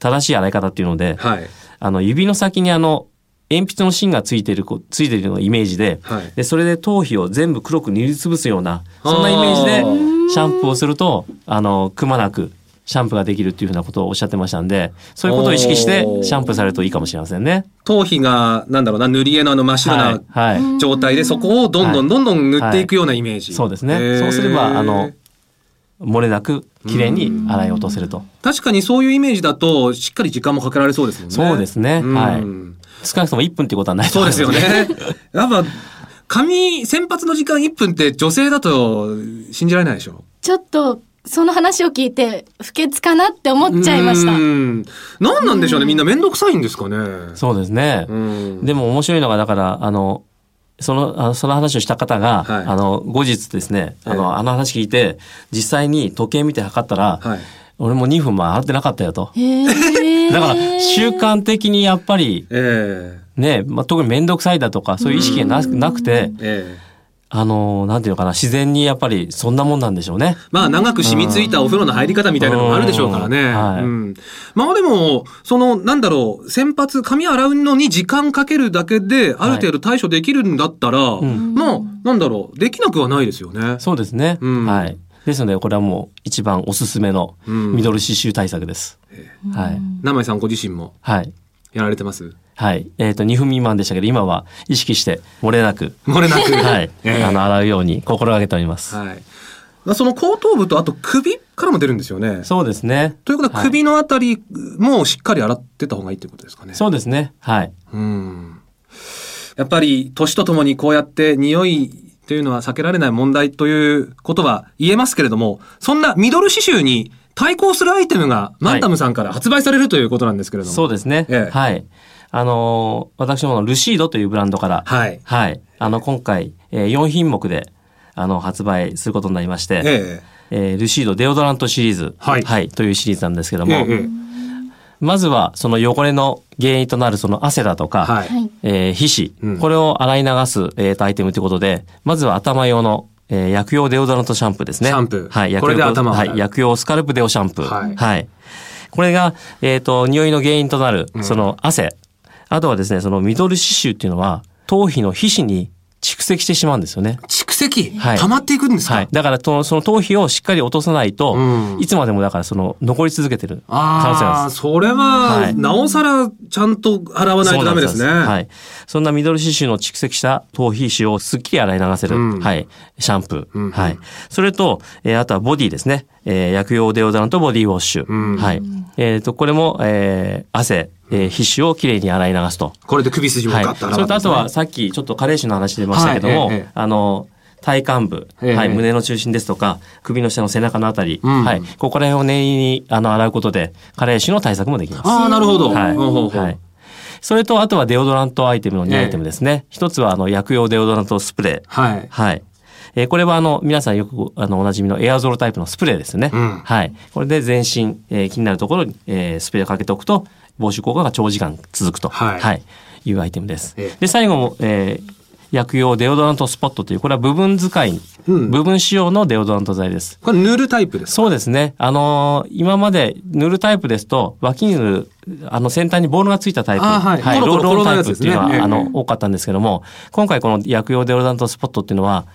D: 正しい洗い方っていうので、
B: はい。
D: あの、指の先にあの、鉛筆の芯がついているこ、ついているのがイメージで、
B: はい
D: で、それで頭皮を全部黒く塗りつぶすような、そんなイメージ
B: あ
D: で
B: ー、
D: シャンプーをすると、あの、くまなく、シャンプーができるっていうふうなことをおっしゃってましたんで、そういうことを意識して
B: おー、
D: シャンプーされるといいかもしれませんね。
B: 頭皮が、なんだろうな、塗り絵のあの真っ白
D: は。
B: ない
D: はい。
B: 状態で、そこをどんどんどんどん塗っていくようなイメージ。
D: そうです
B: へー
D: ね。そうすれば、あの、漏れなく、綺麗に洗い落とせると。
B: 確かにそういうイメージだと、しっかり時間もかけられそうですもんね。
D: そうですね
B: うん
D: はい少なくとも1分っていうことはないと
B: そう
D: 思い
B: で
D: ます
B: よ。ね。やっぱ、髪、先発の時間1分って女性だと信じられないでしょ
C: ちょっと、その話を聞いて、不潔かなって思っちゃいました
B: う。ん何なんでしょうね。みんなめんどくさいんですかね。
D: そうですね。
B: うん
D: でも面白いのが、だから、あの、その、あのその話をした方が、
B: はい
D: あの、後日ですね、あ
B: ええ
D: の、あの話聞いて、実際に時計見て測ったら、
B: はい。
D: 俺も2分も洗ってなかったよと。
C: へー
D: だから、習慣的にやっぱり、
B: ええ
D: ね、まあ、特に面倒くさいだとか、そういう意識がななくて、
B: ええ
D: あの、なんていうのかな、自然にやっぱりそんなもんなんでしょうね。
B: まあ長く染みついたお風呂の入り方みたいなのもあるでしょうからね。
D: うんはい
B: うんまあでも、その、なんだろう、洗髪、髪洗うのに時間かけるだけで、ある程度対処できるんだったら、
D: ん
B: まあ、なんだろう、できなくはないですよね。
D: そうですね。
B: うん
D: はい。ですので、これはもう一番おすすめの
B: うん
D: ミドル刺繍対策です。はい。
B: 生井さんご自身も
D: はい。
B: やられてます
D: はい。えっ、と、2分未満でしたけど、今は意識して漏れなく、
B: 漏れなく。
D: はい。
B: ええ
D: あの、洗うように心がけております。
B: はい。まあその後頭部とあと首からも出るんですよね。
D: そうですね。
B: ということは
D: はい
B: 首のあたりもしっかり洗ってた方がいいということですかね。
D: そうですね。はい。
B: うんやっぱり年とともにこうやって匂いというのは避けられない問題ということは言えますけれども、そんなミドル刺繍に対抗するアイテムがマンタムさんから発売されるということなんですけれども。
D: そうですね。
B: ええ
D: はい。あのー私どものルシードというブランドから、
B: はい。
D: はい。あの、今回、えー4品目で、あの、発売することになりまして、
B: え
D: えールシードデオドラントシリーズ、
B: はい
D: というシリーズなんですけど
B: え。え
D: も、
B: え
D: まずは、その汚れの原因となるその汗だとか、
B: はい。
C: はい。
D: えー皮脂、
B: うん
D: これを洗い流す、えーとアイテムということで、まずは頭用の、えー薬用デオドラントシャンプーですね。
B: シャンプー
D: はい、薬用
B: これで頭を洗う
D: はい、薬用スカルプデオシャンプー。
B: はい
D: これが、えっ、と、匂いの原因となる、その汗。あとはですね、そのミドル刺繍っていうのは、頭皮の皮脂に蓄積してしまうんですよね。
B: 蓄積、
D: はい
B: 溜まっていくんですか、
D: はい。だからと、その頭皮をしっかり落とさないと、
B: うん
D: いつまでもだからその、残り続けてる可能
B: あ
D: 性があるんで
B: あ、
D: す。
B: それ
D: は
B: は、
D: い
B: なおさらちゃんと洗わないとダメですね。
D: そうなんはい。そんなミドル刺繍の蓄積した頭皮脂をすっきり洗い流せる、
B: うん
D: はい。シャンプー、
B: うんうん
D: はい。それと、えーあとはボディですね。えー薬用デオドラントボディウォッシュ。
B: うん
D: はい。えっ、と、これも、えー汗、えー皮脂をきれいに洗い流すと。
B: これで首筋も
D: は
B: ガ
D: い
B: ッと洗うんですね
D: それとあとは、さっきちょっと加齢臭の話出ましたけども、
B: はいええええ
D: あの、体幹部、
B: ええ
D: はい、胸の中心ですとか、首の下の背中のあたり、
B: うん
D: はい、ここら辺を念入りにあの洗うことで、加齢臭の対策もできます。
B: ああ、なるほど。
D: はい。
B: ほうほうほう
D: はい。それと、あとはデオドラントアイテムの2アイテムですね。一つは、あの、薬用デオドラントスプレー。
B: はい。
D: はい。えーこれは、あの、皆さんよくご、あの、おなじみのエアゾルタイプのスプレーですね。
B: うん
D: はい。これで全身、えー気になるところに、えースプレーをかけておくと、防止効果が長時間続くと。
B: はい
D: はい。いうアイテムです
B: ええ。
D: で、最後も、えー薬用デオドラントスポットという、これは部分使い、
B: うん
D: 部分使用のデオドラント剤です。
B: これ塗るタイプですか
D: そうですね。あのー今まで塗るタイプですと、脇に塗る、あの、先端にボールがついたタイプ。
B: あはいコロ
D: ロ
B: コロ
D: ールオン
B: 転がる
D: タ
B: や
D: イ
B: つ
D: プ
B: です
D: って
B: ね
D: いうのは、
B: ええ
D: あ
B: ええ
D: の、多かったんですけども、今回この薬用デオドラントスポットっていうのは、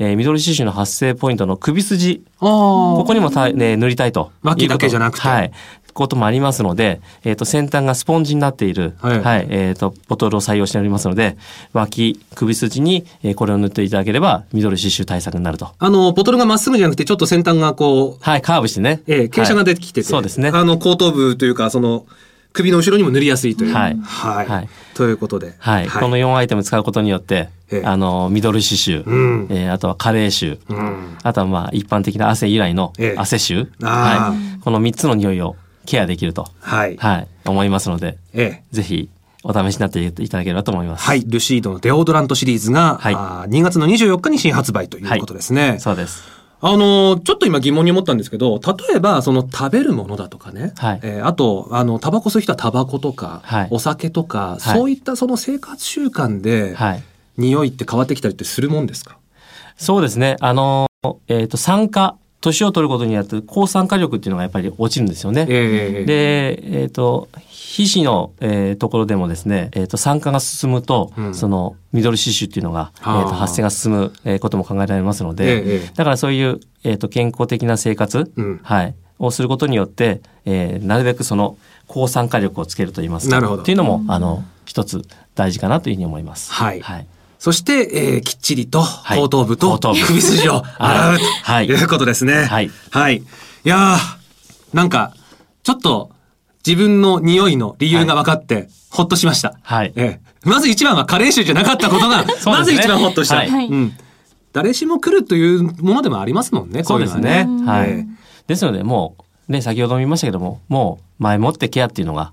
D: えーミドル刺繍の発生ポイントの首筋、
B: あ
D: ここにもた、ね、塗りたいと。
B: 脇だけじゃなくて
D: はい。こともありますので、えっ、と、先端がスポンジになっている、
B: は
D: はいい、えっ、と、ボトルを採用しておりますので、脇、首筋に、えーこれを塗っていただければ、ミドル刺繍対策になると。
B: あの、ボトルがまっすぐじゃなくて、ちょっと先端がこう、
D: はい、カーブしてね。
B: えー傾斜が出てきてて、
D: はいそうですね。
B: あの、後頭部というか、その、首の後ろにも塗りやすいという。
D: はい
B: はい。
D: はい
B: ということで。
D: はい、この4アイテム使うことによって、
B: ええ
D: あのミドル刺繍、
B: うん
D: えーあとは加齢臭、
B: うん
D: あとはまあ一般的な汗以来の
B: ええ
D: 汗臭、
B: あ
D: はい、この3つの匂いをケアできると、
B: はい。
D: はい、思いますので
B: ええ
D: ぜひお試しになっていただければと思います。
B: はい。ルシードのデオドラントシリーズが、
D: はい
B: あー2月の24日に新発売ということですね。
D: そうです
B: あのーちょっと今疑問に思ったんですけど、例えば、その食べるものだとかね、
D: はい
B: えーあと、あの、タバコ吸う人はタバコとか、
D: はい
B: お酒とか、
D: はい
B: そういったその生活習慣で、
D: はい
B: 匂いって変わってきたりってするもんですか
D: そうですね。あの、えっ、と、酸化、年を取ることによって、抗酸化力っていうのがやっぱり落ちるんですよね。
B: ええ
D: で、えっ、と、皮脂の、えーところでもですね、えっ、と、酸化が進むと、
B: うん
D: その、ミドル刺繍っていうのが、え
B: あー
D: ーと発生が進む、えーことも考えられますので、
B: ええええ
D: だからそういう、えっ、と、健康的な生活、
B: うん
D: はい、をすることによって、えーなるべくその、抗酸化力をつけると言いますか
B: なるほど
D: っていうのも、あの、一つ大事かなというふうに思います。
B: はい
D: はい。
B: そして、えーきっちりと、
D: い
B: 後頭部と
D: 後頭部
B: 首筋を洗う
D: は
B: と
D: い
B: いうことですね。
D: はい
B: はい。いやー、なんか、ちょっと、自分の匂いの理由が分かって、ほっとしました。
D: はい
B: ええまず一番は加齢臭じゃなかったことが、
D: ね
B: まず一番ほっとした。
D: はい
C: はい
B: うん。誰しも来るというものでもありますもんね、
D: そうですね
B: こい。のは
D: は
B: え
D: い。ですので、もう、ね、先ほども言いましたけども、もう、前もってケアっていうのが、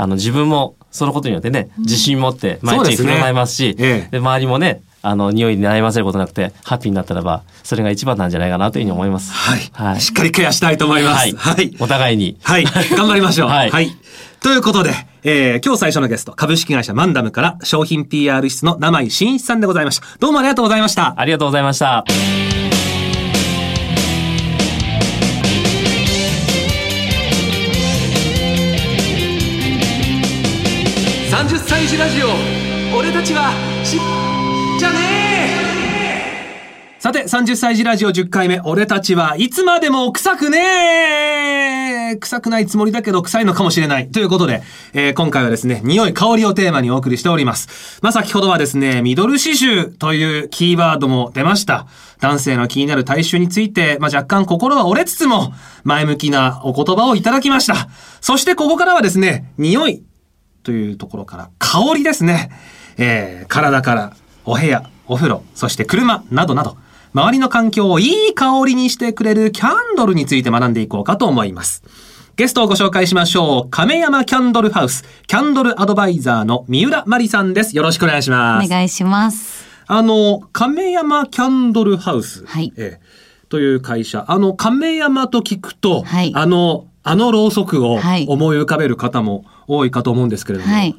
D: あの、自分も、そのことによってね、自信持って、毎
B: そうで
D: 日
B: すね
D: 振る舞いますし、
B: ええ
D: で周りもね、あの匂いに悩ませることなくてハッピーになったらばそれが一番なんじゃないかなというふうに思います。
B: はい、
D: はい
B: しっかりケアしたいと思います。はい。はい。
D: お互いに。
B: 頑張りましょう。は。
D: はいい
B: ということで、えー今日最初のゲスト、株式会社マンダムから商品 PR 室の生井真一さんでございました。どうもありがとうございました。
D: ありがとうございました。
A: 30歳児ラジオ俺たちはしじゃねえ
B: さて、30歳児ラジオ10回目、俺たちはいつまでも臭くねえ臭くないつもりだけど臭いのかもしれない。ということで、えー今回はですね、匂い香りをテーマにお送りしております。まあ、先ほどはですね、ミドル刺繍というキーワードも出ました。男性の気になる体臭について、まあ、若干心は折れつつも、前向きなお言葉をいただきました。そしてここからはですね、匂いというところから香りですね、えー体からお部屋お風呂そして車などなど周りの環境をいい香りにしてくれるキャンドルについて学んでいこうかと思いますゲストをご紹介しましょう亀山キャンドルハウスキャンドルアドバイザーの三浦真理さんですよろしくお願いしま
E: お
B: す
E: 願いします。
B: あの亀山キャンドルハウス、
E: はい
B: えーという会社あの亀山と聞くと、
E: はい
B: あのあのろうそくを
E: はい
B: 思い浮かべる方も多いかと思うんですけれども、
E: はい。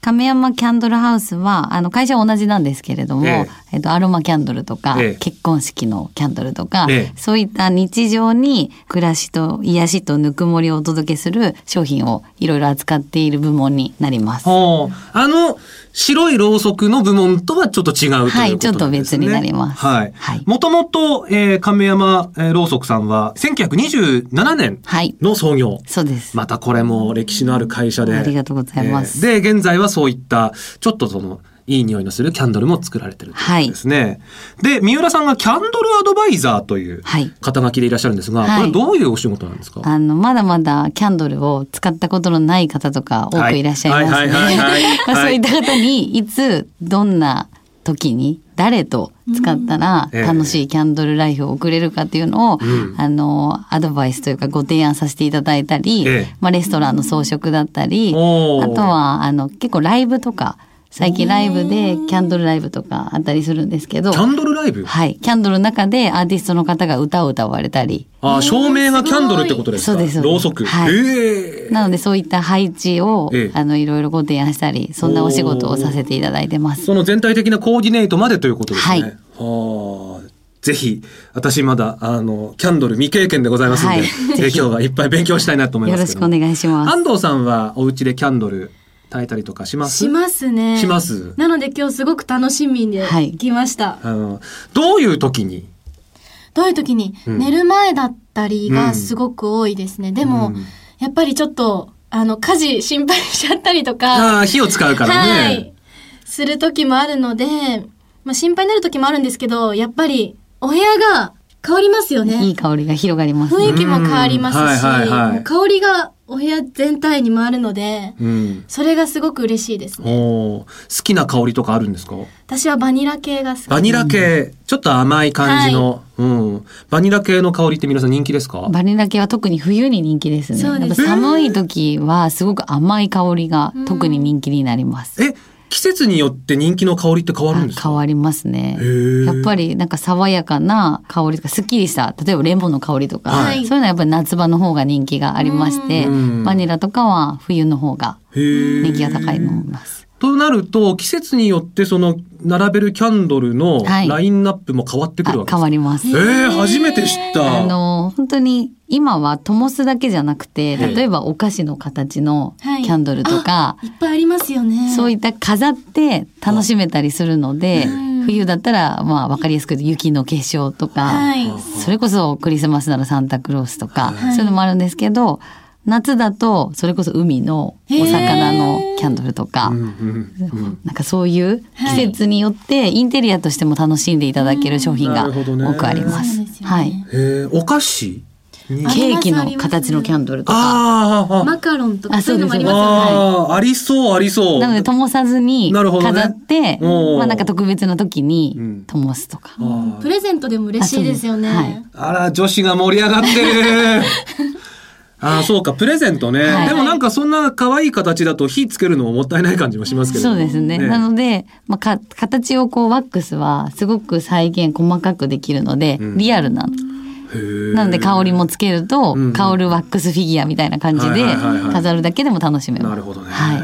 E: 亀山キャンドルハウスはあの会社は同じなんですけれども、
B: え
E: え
B: え
E: っと、アロマキャンドルとか、
B: ええ
E: 結婚式のキャンドルとか、
B: ええ
E: そういった日常に暮らしと癒しとぬくもりをお届けする商品をいろいろ扱っている部門になります。
B: はあ、あの白いろうそくの部門とはちょっと違うということですね。
E: はいちょっと別になります
B: はい
E: はい。
B: もともと、えー亀山、えーろうそくさんは1927年
E: はい
B: の創業。
E: そうです。
B: またこれも歴史のある会社で。
E: ありがとうございます
B: えーで、現在はそういった、ちょっとその、いい匂いのするキャンドルも作られてるということですね。で、三浦さんがキャンドルアドバイザーという
E: はい
B: 肩書きでいらっしゃるんですが、
E: はい
B: これどういうお仕事なんですか
E: あのまだまだキャンドルを使ったことのない方とか多くいらっしゃいま
B: は
E: すね
B: いはいはいはい
E: まあ
B: はい
E: そういった方にいつどんな時に誰と使ったら
B: うん
E: 楽しいキャンドルライフを送れるかっていうのを、
B: うん
E: あのアドバイスというかご提案させていただいたり、
B: ええ
E: まあ、レストランの装飾だったりあ
B: おー
E: とはあの結構ライブとか最近ライブでキャンドルライブとかあったりするんですけど
B: キャンドルライブ
E: はい、キャンドルの中でアーティストの方が歌を歌われたり
B: あー、照明がキャンドルってことですか
E: そうですそうです
B: ろうそく。
E: はい
B: ええ
E: なのでそういった配置を、
B: ええ
E: あのいろいろご提案したりそんなお仕事をさせていただいてます。
B: その全体的なコーディネートまでということですね。
E: はい
B: はあぜひ、私まだ、あの、キャンドル未経験でございますので、
E: はい
B: えー今日はいっぱい勉強したいなと思い
E: よ
B: ます
E: ろしくお願
B: いし
E: いします。
B: 安藤さんはお家でキャンドル炊いたりとかします
C: しますね。
B: します
C: なので今日すごく楽しみで
E: はい
C: 来ました。
B: あの、どういう時に
C: どういう時に、
B: うん
C: 寝る前だったり
B: うん
C: がすごく多いですね。でも、
B: うん
C: やっぱりちょっと、あの、家事心配しちゃったりと か、
B: ああ、火を使うからね。
C: はい。する時もあるので、まあ心配になる時もあるんですけど、やっぱりお部屋が変わりますよ
E: い
C: ね
E: い。香りが広がりますね。
C: 雰囲気も変わりますし、
B: うんはいはいはい
C: もう香りがお部屋全体に回るので、
B: うん。
C: それがすごく嬉しいですね。
B: おー好きな香りとかあるんですか
C: 私はバニラ系が好き。
B: バニラ系、ちょっと甘い感じの、うん。バニラ系の香りって皆さん人気ですか
E: バニラ系は特に冬に人気ですね。
C: そうです
E: やっぱ寒い時はすごく甘い香りが特に人気になります。
B: え、季節によって人気の香りって変わるんですか
E: 変わりますね
B: へー。
E: やっぱりなんか爽やかな香りとかすっきりした例えばレモンの香りとか、
B: はい
E: そういうのはやっぱり夏場の方が人気がありまして
B: うん
E: バニラとかは冬の方が
B: 人
E: 人気が高いと思います。
B: となると季節によってその並べるキャンドルの
E: はい
B: ラインナップも変わってくるわ
E: あ
B: けです
E: 変
B: か、
E: わります。
B: えー、初めて知った。
E: あの本当に今はトモスだけじゃなくて例えばお菓子の形の
C: はい
E: キャンドルとか、
C: いっぱいありますよね。
E: そういった飾って楽しめたりするので
C: ん
E: 冬だったらまあ分かりやすく雪の結晶とか、
C: はい。
E: それこそクリスマスならサンタクロースとか、
C: はい
E: そういうのもあるんですけど夏だとそれこそ海のお魚のキャンドルとか。
B: うんうんうん
E: なんかそういう
C: はい
E: 季節によってインテリアとしても楽しんでいただける商品
B: う
E: が
B: んなるほどね
E: 多くありま
C: そ
E: す
C: うです。よね
E: はい。
B: えー、お菓子に
C: あ
E: ケーキの形のキャンドルとか。
B: あーあー
C: マカロンとか
E: あ
C: そういうのもあり
B: あー
C: ますよね。
B: あーありそうありそう。
E: なので灯さずに
B: なるほどね
E: 飾って、
B: おー
E: まあなんか特別な時
B: うん
E: に灯すとか。
B: あ
C: プレゼントでも嬉しいですよね。
E: あそうです
B: ーあら女子が盛り上がってる。ああ、そうか、プレゼントね、
E: はい
B: でもなんかそんな可愛い形だと火つけるのももったいない感じもしますけれど
E: そう
B: も
E: ですね。
B: ええ
E: なので、まあ、か形をこうワックスはすごく再現細かくできるので、
B: うん
E: リアルな。
B: へー
E: なので香りもつけると、
B: うん
E: 香るワックスフィギュアみたいな感じで
B: はいはいはいはい
E: 飾るだけでも楽しめます。
B: なるほどね。
E: はい。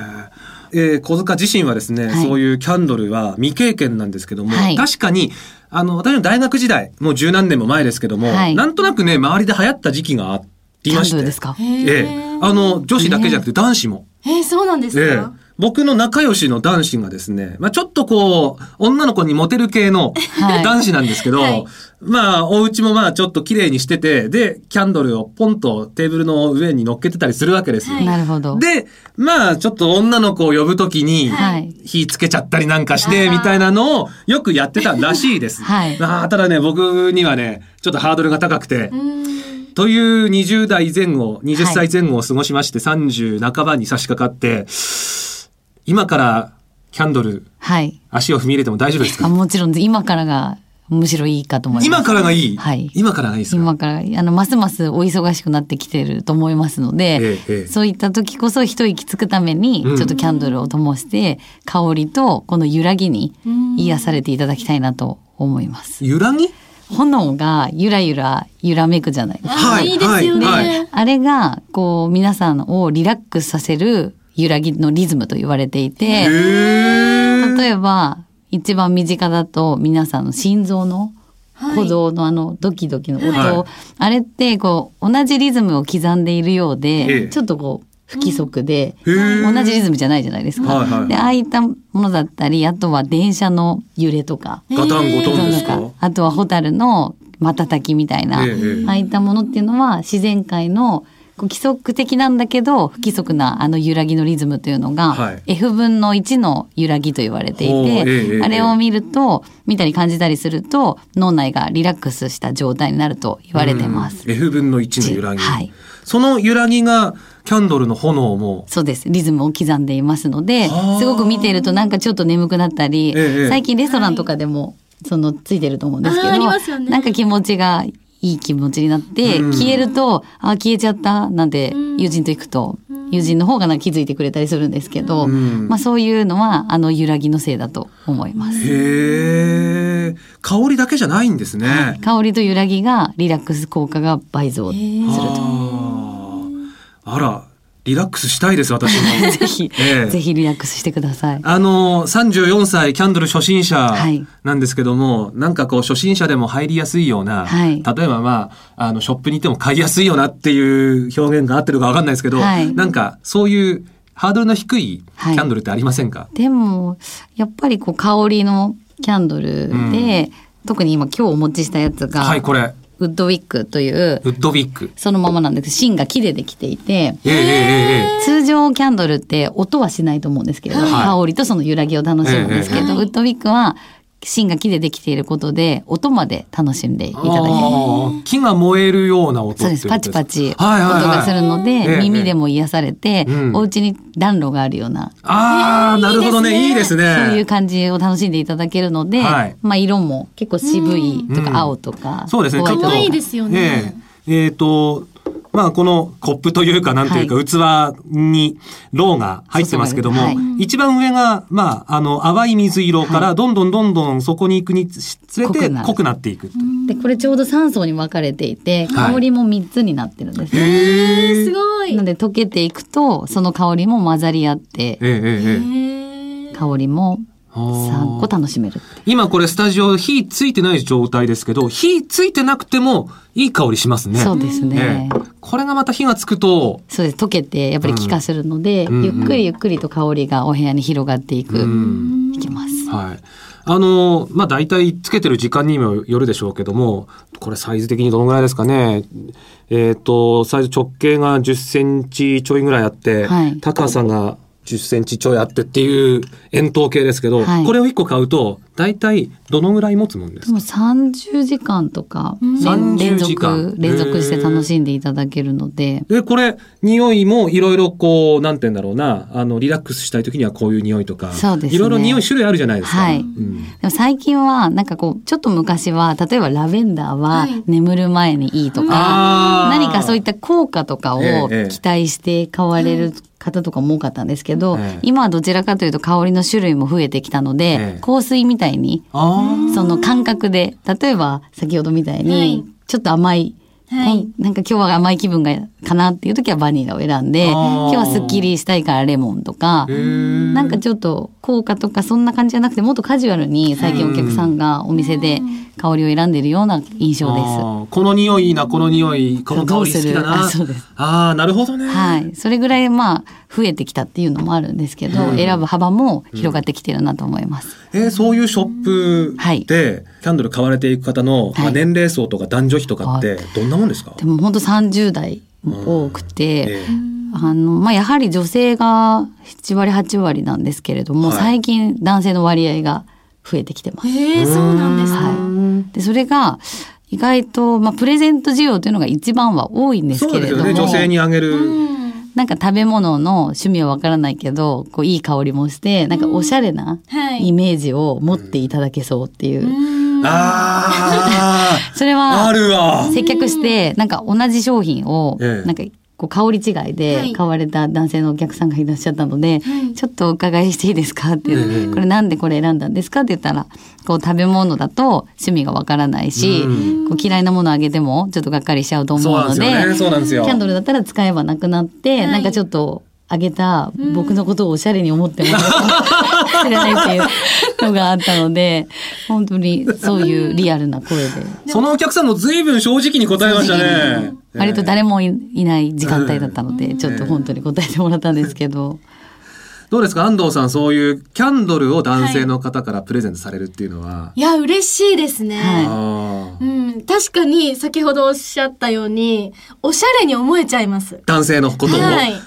B: えー小塚自身はですね、
E: はい
B: そういうキャンドルは未経験なんですけども、
E: はい
B: 確かに、あの、私の大学時代、もう十何年も前ですけども、
E: はい
B: なんとなくね、周りで流行った時期があり
E: キ
B: ま
E: ャン
B: し
E: ド
B: て。
E: ルですか。
B: ええあの、女子だけじゃなくて男子も。
C: えー、そうなんです
B: ええ
C: か、
B: 僕の仲良しの男子がですね、まあ、ちょっとこう、女の子にモテる系の
E: はい
B: 男子なんですけど、
C: はい
B: まあ、お家もまあ、ちょっと綺麗にしてて、で、キャンドルをポンとテーブルの上に乗っけてたりするわけですよ。
C: はい
E: なるほど。
B: で、まあ、ちょっと女の子を呼ぶときに、
E: はい
B: 火つけちゃったりなんかして、
C: あー
B: みたいなのをよくやってたらしい です。
E: はい
B: まあ、ただね、僕にはね、ちょっとハードルが高くて
C: う、ーん
B: という20代前後、20歳前後を過ごしまして、30半ばに差し掛かって、今からキャンドル、
E: はい。
B: 足を踏み入れても大丈夫です
E: あ
B: か
E: もちろんです今からがむしろいいかと思います。
B: 今からがいい、
E: はい
B: 今からがいいですか
E: 今からあのますますお忙しくなってきてると思いますので、
B: ええええ
E: そういった時こそ一息つくために
B: うん
E: ちょっとキャンドルを灯して、香りとこの揺らぎに癒されていただきたいなと思います。
B: 揺らぎ
E: 炎がゆらゆら揺らめくじゃないですか。
C: あ
B: はい
C: いいですよね、
B: はいは
E: あれがこう皆さんをリラックスさせる揺らぎのリズムと言われていて。
B: え
E: 例えば一番身近だと皆さんの心臓の鼓動のあのドキドキの音、
B: はい
E: あれってこう同じリズムを刻んでいるよう
B: え
E: で、
B: え
E: ちょっとこう不規則で、
B: へー
E: 同じリズムじゃないじゃないですか。
B: はいはい
E: でああいったものだったりあとは電車の揺れとか
B: ガタンゴトンですか、
E: どうなのかあとは蛍の瞬きみたいな、
B: ええええ
E: ああいったものっていうのは自然界のこう規則的なんだけど不規則なあの揺らぎのリズムというのが、
B: はい
E: F 分の1の揺らぎと言われてい
B: ほうえ
E: て、
B: えええ
E: あれを見ると見たり感じたりすると脳内がリラックスした状態になると言われてます。
B: うん F 分の1の揺らぎ、
E: はい
B: その揺らぎがキャンドルの炎も
E: そうですリズムを刻んでいますので
B: はあ
E: すごく見ているとなんかちょっと眠くなったり、
B: ええ
E: 最近レストランとかでもそのついてると思うんですけ
C: あーあり
E: ど、
C: ますよね
E: なんか気持ちがいい気持ちになって、
B: うん
E: 消えるとあー消えちゃったなんて
C: ん
E: 友人と行くと、友人の方がなんか気づいてくれたりするんですけど、
B: うん
E: まあ、そういうのはあの揺らぎのせいだと思います。
B: へえ香りだけじゃないんですね、
E: 香りと揺らぎがリラックス効果が倍増する
B: あーあらリラックスしたいです私も
E: ぜひ、
B: ええ
E: ぜひリラックスしてください。
B: あの34歳キャンドル初心者
E: はい
B: なんですけども、なんかこう初心者でも入りやすいような、
E: はい
B: 例えばまああのショップに行っても買いやすいよなっていう表現が合ってるかわかんないですけど、
E: はい
B: なんかそういうハードルの低いキ
E: はい
B: ャンドルってありませんか、
E: でもやっぱりこう香りのキャンドル
B: う
E: で、
B: ん
E: 特に今今日お持ちしたやつが、
B: はい、これ
E: ウッドウィックという
B: ウッドビッグ。
E: そのままなんですけど芯が木でできていて
B: えええええ
E: 通常キャンドルって音はしないと思うんですけれど、
B: はい
E: 香りとその揺らぎを楽しむんですけど、
C: ええええ
E: ウッドウィックは芯が木でできていることで音まで楽しんでい
B: え
E: ただける。
B: あー木が燃えるような音って
E: そ
B: こと
E: うで
B: ですす
E: パチパチ音
B: はいはいはい
E: がするので、
B: ええ
E: 耳でも癒されて、
B: うん
E: お家に暖炉があるような
B: ああ、なるほどね。いいですね。
E: そういう感じを楽しんでいただけるので、
B: はい
E: まあ色も結構渋いと
B: うん
E: か青とか、
B: そうですね。
E: ホワイトと
C: 可
E: か
C: 愛いですよね。
B: えええーと、まあこのコップというかなんというか
E: は
B: 器にろうが入ってますけども、
E: そうそうは
B: 一番上が、まああの淡い水色からどんどんどんどんそこに行くにつれ
E: 濃く
B: て
E: なる
B: 濃くなっていく。
E: でこれちょうど3層に分かれていて
B: はい
E: 香りも3つになってるんです、ね
B: へえ。
C: すごい
E: なので溶けていくとその香りも混ざり合って
B: ええええええ
C: へー
E: 香りも3個
B: あー
E: 楽しめる
B: 今これスタジオ火ついてない状態ですけど火ついてなくてもいい香りしますね。
E: そうですね、
B: ええこれがまた火がつくと、
E: そうです溶けてやっぱり気化するので、
B: うん
E: ゆっくりゆっくりと香りがお部屋に広がっていく、
B: うん
E: いきます
B: はい。あの、まあ、大体つけてる時間にもよるでしょうけども、これサイズ的にどのぐらいですかね。えっ、と、サイズ直径が10センチちょいぐらいあって、
E: はい
B: 高さが10センチちょいあってっていう円筒形ですけど、
E: はい
B: これを1個買うと、大体どのぐらい持つもんで
E: です
B: か
E: も30時間とか
C: うん
E: 連連
B: 30時間
E: 続連続して楽しんでいただけるので
B: で、これ、匂いもいろいろこう、なんて言うんだろうな、あの、リラックスしたい時にはこういう匂いとか、
E: そうですね
B: いろいろ匂い種類あるじゃないですか。
E: はい
B: うん
E: でも最近はなんかこうちょっと昔は例えばラベンダーは
C: はい
E: 眠る前にいいとか、
B: あー
E: 何かそういった効果とかを
B: ええええ
E: 期待して買われる方とかも多かったんですけど、
B: ええ
E: 今はどちらかというと香りの種類も増えてきたので、
B: ええ
E: 香水みたいに
B: あ
E: その感覚で例えば先ほどみたいに、
C: はい
E: ちょっと甘い、
C: はい
E: こんなんか今日は甘い気分がかなっていう時はバニラを選んで
B: あー
E: 今日はすっきりしたいからレモンとか
B: ー。へー
E: なんかちょっと効果とかそんな感じじゃなくてもっとカジュアルに最近お客さんがお店で香りを選んでるような印象です。
B: あーこの匂いいいな、この匂い、この香り好きだ
E: ど
B: な。
E: うするあそうです
B: あーなるほどね。
E: はい、それぐらいまあ増えてきたっていうのもあるんですけど、
B: うん
E: 選ぶ幅も広がってきてるなと思います。
B: えーそういうショップ
E: はい
B: で、キャンドル買われていく方の、まあ
E: はい
B: 年齢層とか男女比とかって、どんなもんですか、
E: でも本当30代も多くて、
B: え
E: あのまあ、やはり女性が7割8割なんですけれども、
B: はい
E: 最近男性の割合が増えてきてます。
C: えー、そうなんですか。
E: はい、でそれが意外と、まあ、プレゼント需要というのが一番は多いん
B: ー
E: です
B: そう
E: け
B: で
E: れ
B: す
E: ども
B: よね、女性にあげる。
C: うん
E: なんか食べ物の趣味はわからないけどこういい香りもしてなんかおしゃれな
C: はい
E: イメージを持っていただけそうってい
C: う
E: う、
C: ん
B: あー
E: それは
B: あるわ。
E: 接客してなんか同じ商品を
B: ええ
E: なんかこう香り違い
C: は
E: で
C: い
E: 買われた男性のお客さんがいらっしゃったので、
C: はい
E: ちょっとお伺いしていいですかっていう、
B: ええ
E: これなんでこれ選んだんですかって言ったらこう食べ物だと趣味がわからないし、
B: う
E: こう嫌いなものあげてもちょっとがっかりしちゃうと思
B: そう
E: う
B: なんです
E: ので
B: よね。そうなんですよ。
E: キャンドルだったら使えばなくなって、
C: はい
E: なんかちょっとあげた僕のことをおしゃれに思ってもらうかもしれないっていうのがあったので本当にそういうリアルな声で。
B: そのお客さんも随分正直に答えましたね。
E: 割と誰もいいない時間帯だったので、ちょっと本当に答えてもらったんですけど、
B: どうですか安藤さん、そういうキャンドルを男性の方からプレゼントされるっていうのは。
C: いや、嬉しいですね。
E: はい
B: あ
C: う
B: ー
C: ん、確かに先ほどおっしゃったように、おしゃれに思えちゃいます。
B: 男性のことを。
C: はい。あ、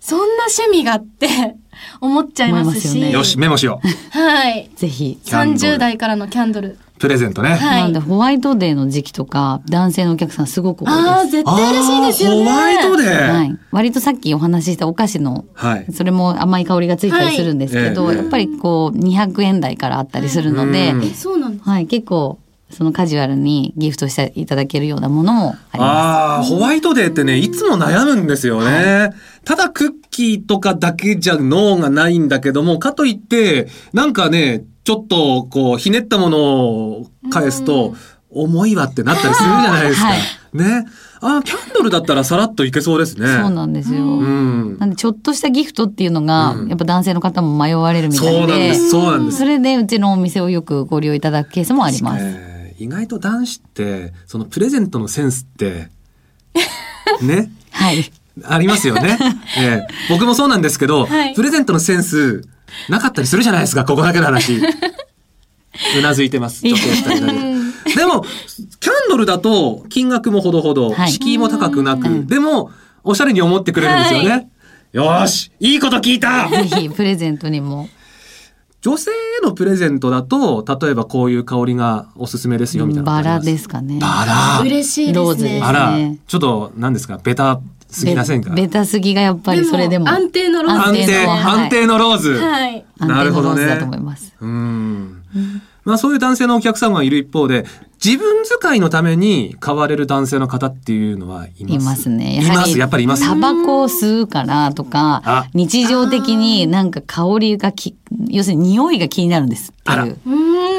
C: そんな趣味があって思っちゃいますし。
E: 思います
B: よし、メモしよ う。
C: はい。
E: ぜひ。
B: キャンドル
C: 30代からのキャンドル。
B: プレゼントね。
C: はい
E: なんでホワイトデーの時期とか男性のお客さんすごく多
C: ああ、
E: いです。
C: 絶対嬉しいですよね。
B: あーホワイトデー。
E: は
B: はい。
E: い、割とさっきお話ししたお菓子のそれも甘い香りがついたりするんですけど、
B: はいええ
E: やっぱりこう200円台からあったりするので、
B: うん
C: えそうなんだ。
E: はい、結構そのカジュアルにギフトしていただけるようなものもありま
B: ああ、ホワイトデーってね、いつも悩むんですよね。ただクッキーとかだけじゃ脳がないんだけども、かといって、なんかね、ちょっとこう、ひねったものを返すと、重いわってなったりするじゃないですか。
E: はい
B: ね。ああ、キャンドルだったらさらっといけそうですね。
E: す。そうなんですよ。
B: うん
E: なんでちょっとしたギフトっていうのが、
B: うん
E: やっぱ男性の方も迷われるみたい
B: そうなんです、そうなんです。
E: それでうちのお店をよくご利用いただくケースもあります。
B: えー意外と男子って、そのプレゼントのセンスって、ね。
E: はい。
B: ありますよ ね。ええ僕もそうなんですけど、
C: はい
B: プレゼントのセンスなかったりするじゃないですか、ここだけの 話。うなずいてます。ちょっとしたりだけ ででも、キャンドルだと金額もほどほど、
E: はい
B: 敷居も高くな
E: う
B: く、
E: ん
B: でも、おしゃれに思ってくれるんですよね。
C: は
B: よーし、いいこと聞いた
E: ぜひプレゼントにも。
B: 女性へのプレゼントだと、例えばこういう香りがおすすめですよ、みたいなのっ
E: バ
B: てあ
E: ラ
B: ります。
E: ですかね。
B: バラ。
C: 嬉しいで
E: ロー
C: す
E: ズで
C: ね。
E: す
B: あら
E: ね、
B: ちょっと、何ですか、ベタすぎませんか
E: ベベタすぎがやっぱりそれでも。
C: 安定のロー
B: 安
C: ズ
E: 安
C: で
E: 定
C: す
B: 定、
E: のはい
B: 安定のローズ。
C: はい。
E: 安
B: な
E: 定
B: るほ
E: のロ
B: ど
E: ー
B: ね
E: ズだと思います。
B: うん。まあそういう男性のお客様がいる一方で、自分使いのために買われる男性の方っていうのはいます。
E: いますね。
B: います、やっぱりいます。
E: タバコを吸うからと
B: あ
E: か、日常的になんか香りがき、要するに匂いが気になるんですって
B: あら
E: いう。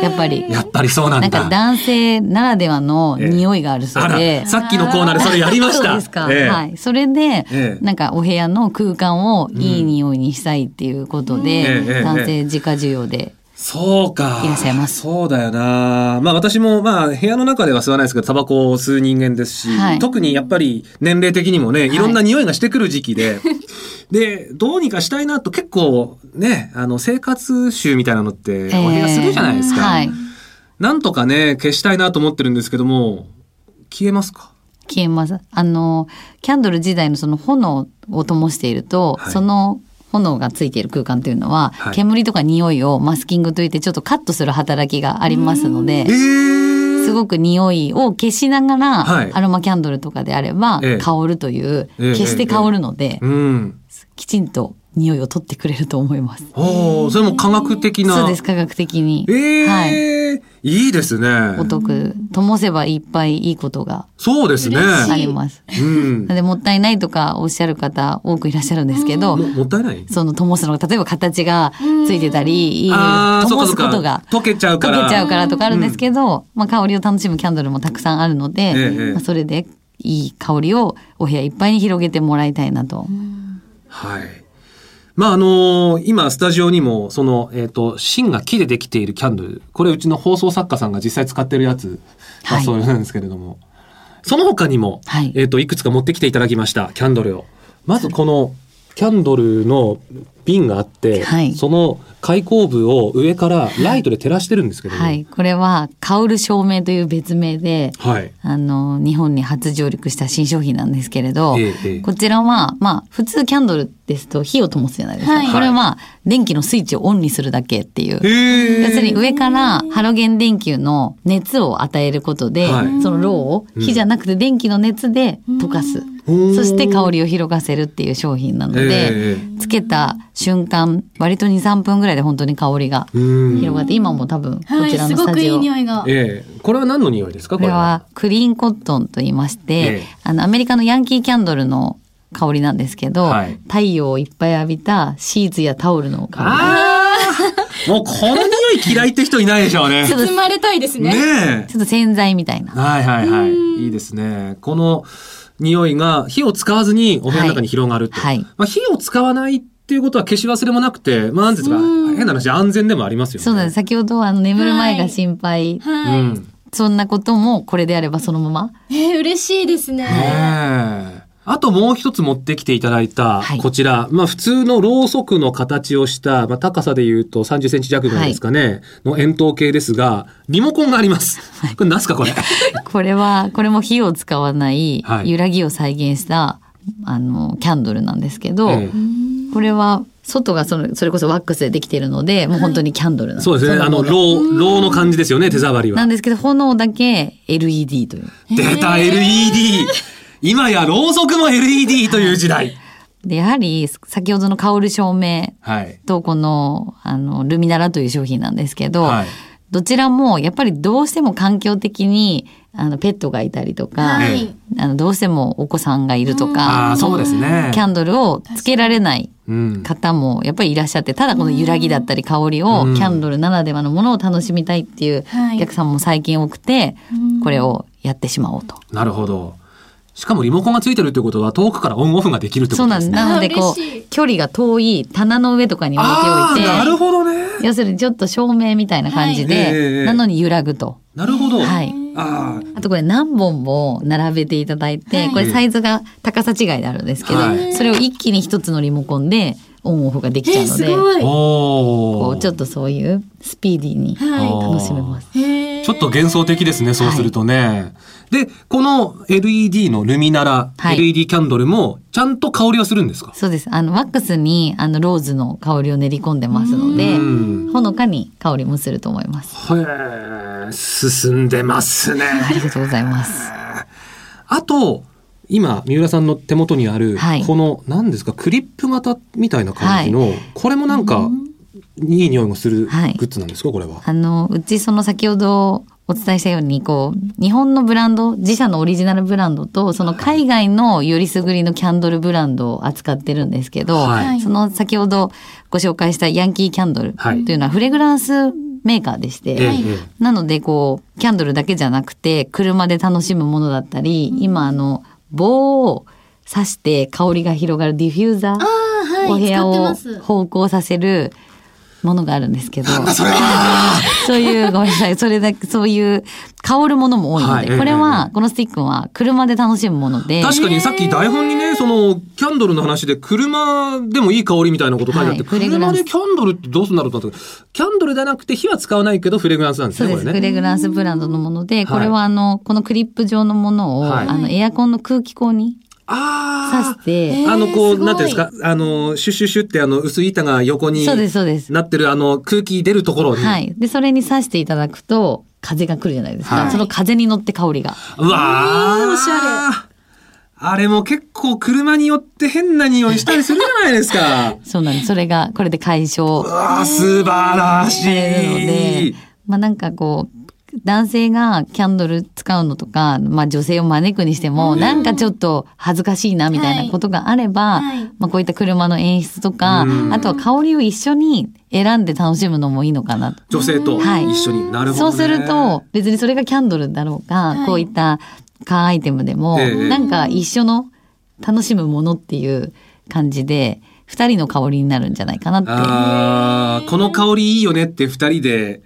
E: やっぱり。
B: やっぱりそうなん
E: な
B: だ。
E: んか男性ならではの匂いがあるそう
B: あ
E: で。
B: ら、さっきのコーナーでそれやりました。
E: そうですか。
B: ええ
E: はい。それで、
B: ええ
E: なんかお部屋の空間をいい匂いにしたいっていうことで、
B: うんええ
E: 男性自家需要で。
B: そうか。
E: いらっしゃいます
B: そうだよな。まあ私もまあ部屋の中では吸わないですけど、タバコを吸う人間ですし、
E: はい
B: 特にやっぱり年齢的にもね、いろんな
E: は
B: 匂いがしてくる時期で、 で、どうにかしたいなと結構ね、あの生活臭みたいなのってお部屋するじゃないですか。
E: ええはい。
B: なんとかね、消したいなと思ってるんですけども、消えますか
E: 消えます。あの、キャンドル時代のその炎を灯していると、
B: はい
E: その炎がついている空間というのは、
B: はい
E: 煙とか匂いをマスキングといってちょっとカットする働きがありますの
B: え、
E: で
B: ー、
E: すごく匂いを消しながら、
B: はい
E: アロマキャンドルとかであれば、
B: ええ
E: 香るという、
B: ええ
E: 決して香るので、
B: うん。
E: きちんと匂いを取ってくれると思います。
B: おお、それも科学的な。
E: そうです、科学的に。
B: えー、
E: はい。
B: い、いですね。
E: お得、灯せばいっぱいいいことが
B: そうですね。
E: あります。
B: うん
E: なの。で、もったいないとかおっしゃる方多くいらっしゃるんですけど、
B: ももったいない。
E: その灯すの、例えば形がついてたり、
B: あー
E: 灯
B: そ
E: す
B: っか
E: ことが
B: そっか溶けちゃうから
E: 溶けちゃうからとかあるんですけど、まあ香りを楽しむキャンドルもたくさんあるので、
B: ええ
E: まあ、それでいい香りをお部屋いっぱいに広げてもらいたいなと。
B: はい。まああのー今スタジオにもその、えっと芯が木でできているキャンドルこれうちの放送作家さんが実際使ってるやつ、まあ
E: はい
B: そうなんですけれどもその他にも、
E: はい
B: えっといくつか持ってきていただきましたキャンドルをまずこのキャンドルの瓶があって、
E: はい
B: その開口部を上からライトで照らしてるんですけども
E: はい。これは、香る照明という別名で、
B: はい
E: あの、日本に初上陸した新商品なんですけれど、
B: ええええ
E: こちらは、まあ、普通キャンドルですと火を灯すじゃないですか。
C: はい
E: これは、電気のスイッチをオンにするだけっていう。
B: へー
E: 要するに上からハロゲン電球の熱を与えることで、
B: はい
E: そのローを火じゃなくて電気の熱で溶かす、
B: うん
E: そして香りを広がせるっていう商品なので、
B: え
E: つけた瞬間割と23分ぐらいで本当に香りが
B: うん
E: 広がって今も多分こ
C: は
E: ち
C: い、
E: ら
C: す
E: の
C: ご
E: スタ
C: くい
E: ジ
C: い
E: オ
C: 匂いが。
B: ええこれは何の匂いですか
E: これはクリーンコットンと言いまして、
B: ええ
E: あのアメリカのヤンキーキャンドルの香りなんですけど、
B: はい
E: 太陽をいっぱい浴びたシーツやタオルの香
B: ああもうこの匂い嫌いって人いないでしょうね。
E: ちょっと
C: 包まれたいです
B: ね
C: ね。
B: え
E: り。ちょっと洗剤みたいな。
B: はいはいはい。いいですね。この匂いが火を使わずにお部屋の中に広がると。
E: はいはい
B: まあ、火を使わないっていうことは消し忘れもなくて、まあ、なんていうんですか、変な話、安全でもありますよね。
E: そうなんです。先ほどあの眠る前が心配、
B: う
C: はい。
B: ん。
E: そんなこともこれであればそのまま。
C: えー、嬉しいですね。
B: ねえ。あともう一つ持ってきていただいた
E: はい、
B: こちら。まあ普通のろうそくの形をした、まあ高さで言うと30センチ弱ぐらいですかね、の円筒形ですが、リモコンがあります。これ何すかこれ。
E: これはこれも火を使わない
B: はい
E: 揺らぎを再現したあのキャンドルなんですけど、
B: ええ
E: これは外がそのそれこそワックスでできているので、もう本当にキャンドルなん
B: そうですね。
E: の
B: あの、
E: も
B: ロー、ローの感じですよね、手触り
E: な
B: は
E: ん。ですけど炎だけ LED という。
B: 出た LED! 今やろうそくも LED という時代。
E: でやはり先ほどの香る照明
B: はい。
E: とこのあのルミナラという商品なんですけど、
B: はい
E: どちらもやっぱりどうしても環境的にあのペットがいたりとか、
C: は
B: え
C: い。
E: あのどうしてもお子さんがいると
B: あ
E: か、
B: あ、そうですね。
E: キャンドルをつけられない
B: うん。
E: 方もやっぱりいらっしゃってただこの揺らぎだったり香り
B: う
E: を
B: ん
E: キャンドルならではのものを楽しみたいっていう
C: はい
E: お客さんも最近多くて
C: うん
E: これをやってしまおうと。
B: なるほど。しかもリモコンがついてるということは、遠くからオンオフができるってこ
E: そ
B: と
E: う
B: で
E: なん
B: す
E: で
B: ね。
E: すなのでこ
C: あ嬉しいう
E: 距離が遠い棚の上とかに置い
B: あ
E: て
B: あ、な
E: お
B: る
E: いて
B: ほどね。
E: 要するにちょっと照明みたいな感じ
B: はいええええ
E: でなのに揺らぐと。
B: なるほど。
E: はい
B: あ
E: あとこれ何本も並べていただいて、
C: はい
E: これサイズが高さ違いであるんですけど、
B: はい
E: それを一気に一つのリモコンでオンオフがで
C: え
E: きちゃう
C: ー、
E: の
C: す
E: で、
B: あ。
C: ごい。は
B: お
E: こ
B: お。
E: うちょっ
B: と。
E: とそういうスピーディーに
B: あ
C: い。
E: 楽しめます。
C: へー
B: ちょっと幻想的ですね、そうするとね。で、この LED のルミナラ、
E: はい
B: LED キャンドルも、ちゃんと香りはするんですか
E: そうです。あのワックスにあのローズの香りを練り込んでますので
B: うん、
E: ほのかに香りもすると思います。
B: へえ、進んでますね。
E: ありがとうございます。
B: あと、今、三浦さんの手元にある、
E: はい
B: この、何ですか、クリップ型みたいな感じの、これもなんか、いい匂いもするグ
E: はい
B: ッズなんですか、これは。
E: あのうちその先ほどお伝えしたようにこう日本のブランド自社のオリジナルブランドとその海外のよりすぐりのキャンドルブランドを扱ってるんですけど、
B: はい
E: その先ほどご紹介したヤンキーキャンドル
B: はい
E: というのはフレグランスメーカーでして、
B: ええ
C: い
B: え
E: なのでこうキャンドルだけじゃなくて車で楽しむものだったり、今あの棒を刺して香りが広がるディフューザー
C: あーはい。
E: お部屋
C: 使って
E: を
C: ます。
E: 方向させるものがあるんです けど。
B: それは
E: そういう、ごめんなさい。それだけ、そういう、香るものも多いので、
B: はい
E: これ
B: えええ
E: は、このスティックは、車で楽しむもので、
B: 確かにさっき台本にね、その、キャンドルの話で、車でもいい香りみたいなこと書いてあって、
E: はいフレグラ
B: 車
E: ンス
B: でキャンドルってどうするんだろうと思ったけどキャンドルじゃなくて火は使わないけど、フレグランスなんです
E: そう
B: ね、
E: で
B: こ
E: す、
B: れ
E: フ
B: ね。
E: レグランスブランドのもので、
B: い
E: これは、あの、このクリップ状のものを、
B: はい
E: あの、エアコンの空気口に
B: あ
E: 刺し
B: ー
E: て、
B: あの、こ
C: えーす
B: う、
C: ごい
B: なんていうんですか、あの、シュッシュッシュって、あの、薄い板が横に
E: そうですそうです。
B: なってる、あの、空気出るところに。
E: はい。で、それに刺していただくと、風が来るじゃないですか。
B: はい
E: その風に乗って香りが。。
B: うわー
C: おし
B: れ。あれも結構車によって変な匂いしたりするじゃないですか
E: そうなんです。それが、これで解消
B: うわー素晴らし
E: されるの
B: い
E: で。、まあなんかこう、男性がキャンドル使うのとか、まあ女性を招くにしても、なんかちょっと恥ずかしいなみたいなことがあれば、
C: はい
E: まあこういった車の演出とか、
B: うん
E: あとは香りを一緒に選んで楽しむのもいいのかなと。
B: 女性と
E: はい
B: 一緒になるほ
E: そ
B: ど、ね
E: うすると、別にそれがキャンドルだろうが、
C: はい
E: こういったカーアイテムでも、
B: ええ
E: なんか一緒の楽しむものっていう感じで、二人の香りになるんじゃないかなっ
B: あーこの香りいいよねって二人で、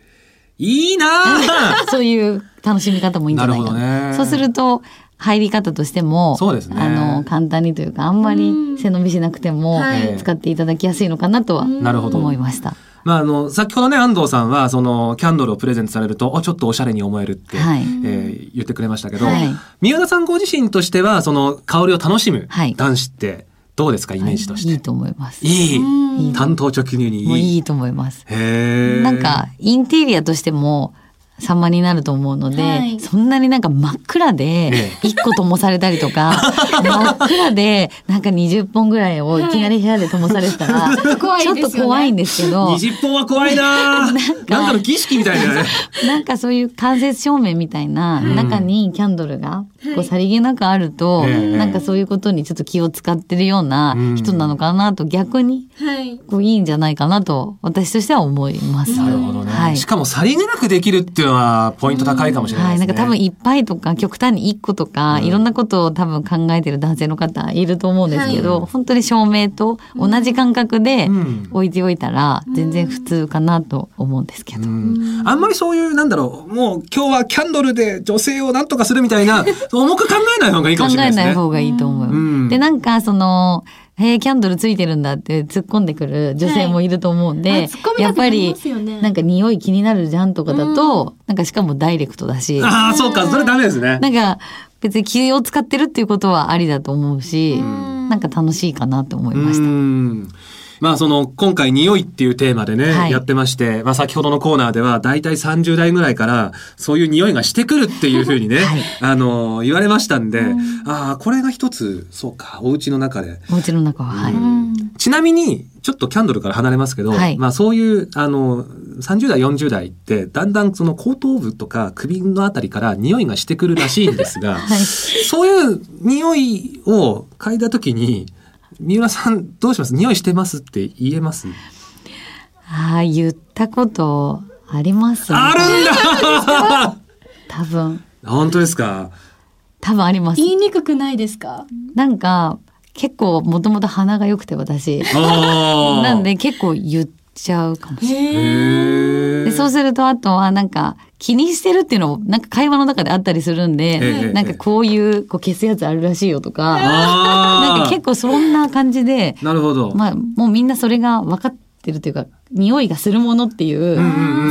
B: いい なー
E: て、そういう楽しみ方もいいんじゃないかな。
B: なるほどね
E: そうすると、入り方としても、
B: そうですね
E: あの、簡単にというか、あんまり背伸びしなくても、
C: はい
E: 使っていただきやすいのかなとは
B: なるほど
E: 思いました。
B: まあ、あの、先ほどね、安藤さんは、その、キャンドルをプレゼントされると、あちょっとおしゃれに思えるって、
E: はい
B: えー言ってくれましたけど、
E: はい
B: 宮田さんご自身としては、その、香りを楽しむ
E: はい
B: 男子って、どうですか、イメージとして。
E: いいと思います。
B: いい
E: い
B: 担当直入にいい。
E: もういいと思います。
B: へえ。
E: なんかインテリアとしても様になると思うので、
C: はい
E: そんなになんか真っ暗で
B: え
E: 1個灯されたりと か真っ暗でなんか20本ぐらいをいきなり部屋で灯されてたら、
C: 怖い
E: ちょっ
C: で
E: と
C: すよね
E: 怖いんですけど
B: 20本は怖いな ーなん
E: か
B: かの儀式みたい なね。
E: なんかそういう間接照明みたいな
B: うん
E: 中にキャンドルがこうさりげなくあると、
B: ええ
E: なんかそういうことにちょっと気を使ってるような人なのかなと逆に
C: はい。
E: こういいんじゃないかなと私としては思います。
B: なるほどね。
E: はい
B: しかもさりげなくできるっていうのはポイント高いかもしれな
E: はいい、
B: で
E: な
B: す
E: ん
B: ね。
E: か多分いっぱいとか極端に1個とか、いろんなことを多分考えてる男性の方いると思うんですけど、本当に照明と同じ感覚で
B: ん
E: 置いておいたら全然普通かなと思うんですけ
B: う
E: ど、
B: んあんまりそういう、なんだろう、もう今日はキャンドルで女性をなんとかするみたい な、重く考えない方がいいか
E: 考
B: もしれない
E: え
B: ですね。
E: ない方がいいと思う。
B: うん
E: でなんかその「へえキャンドルついてるんだ」って突っ込んでくる女性もいると思うんで、
C: はいあ突っ込み
E: や
C: た
E: っ
C: くな
E: ぱ
C: り
E: り
C: ますよね
E: なんか匂い気になるじゃんとかだと、なんかしかもダイレクトだし。
B: ああ、そうか、それダメですね。
E: なんか別に気を使ってるっていうことはありだと思うし、なんか楽しいかなと思いうました。
B: ん。まあその今回匂いっていうテーマでね、
E: はい
B: やってまして、まあ先ほどのコーナーでは大体30代ぐらいからそういう匂いがしてくるっていうふうにね、
E: はい
B: あの言われましたんで、ああ、これが一つ、そうか、お家の中で。
E: お家の中は、はい。
B: ちなみに、ちょっとキャンドルから離れますけど、
E: はい
B: まあそういう、あの、30代、40代って、だんだんその後頭部とか首のあたりから匂いがしてくるらしいんですが、
E: はい。
B: そういう匂いを嗅いだ時に、三浦さんどうします匂いしてますって言えます
E: ああ、言ったことあります、
B: あるんだ
E: 多分、
B: 本当ですか
E: 多分あります。
C: 言いにくくないですか
E: なんか、結構もともと鼻が良くて私。
B: あー
E: なんで結構言っちゃうかもしれない。
B: へ
E: でそう
B: ー
E: するとあとはなんか気にしてるっていうのもなんか会話の中であったりするんで、
B: ええ
E: なんかこういうこう消すやつあるらしいよとか、
B: あー
E: なんか結構そんな感じで、
B: なるほど。
E: まあ、もうみんなそれが分かってるというか匂いがするものっていう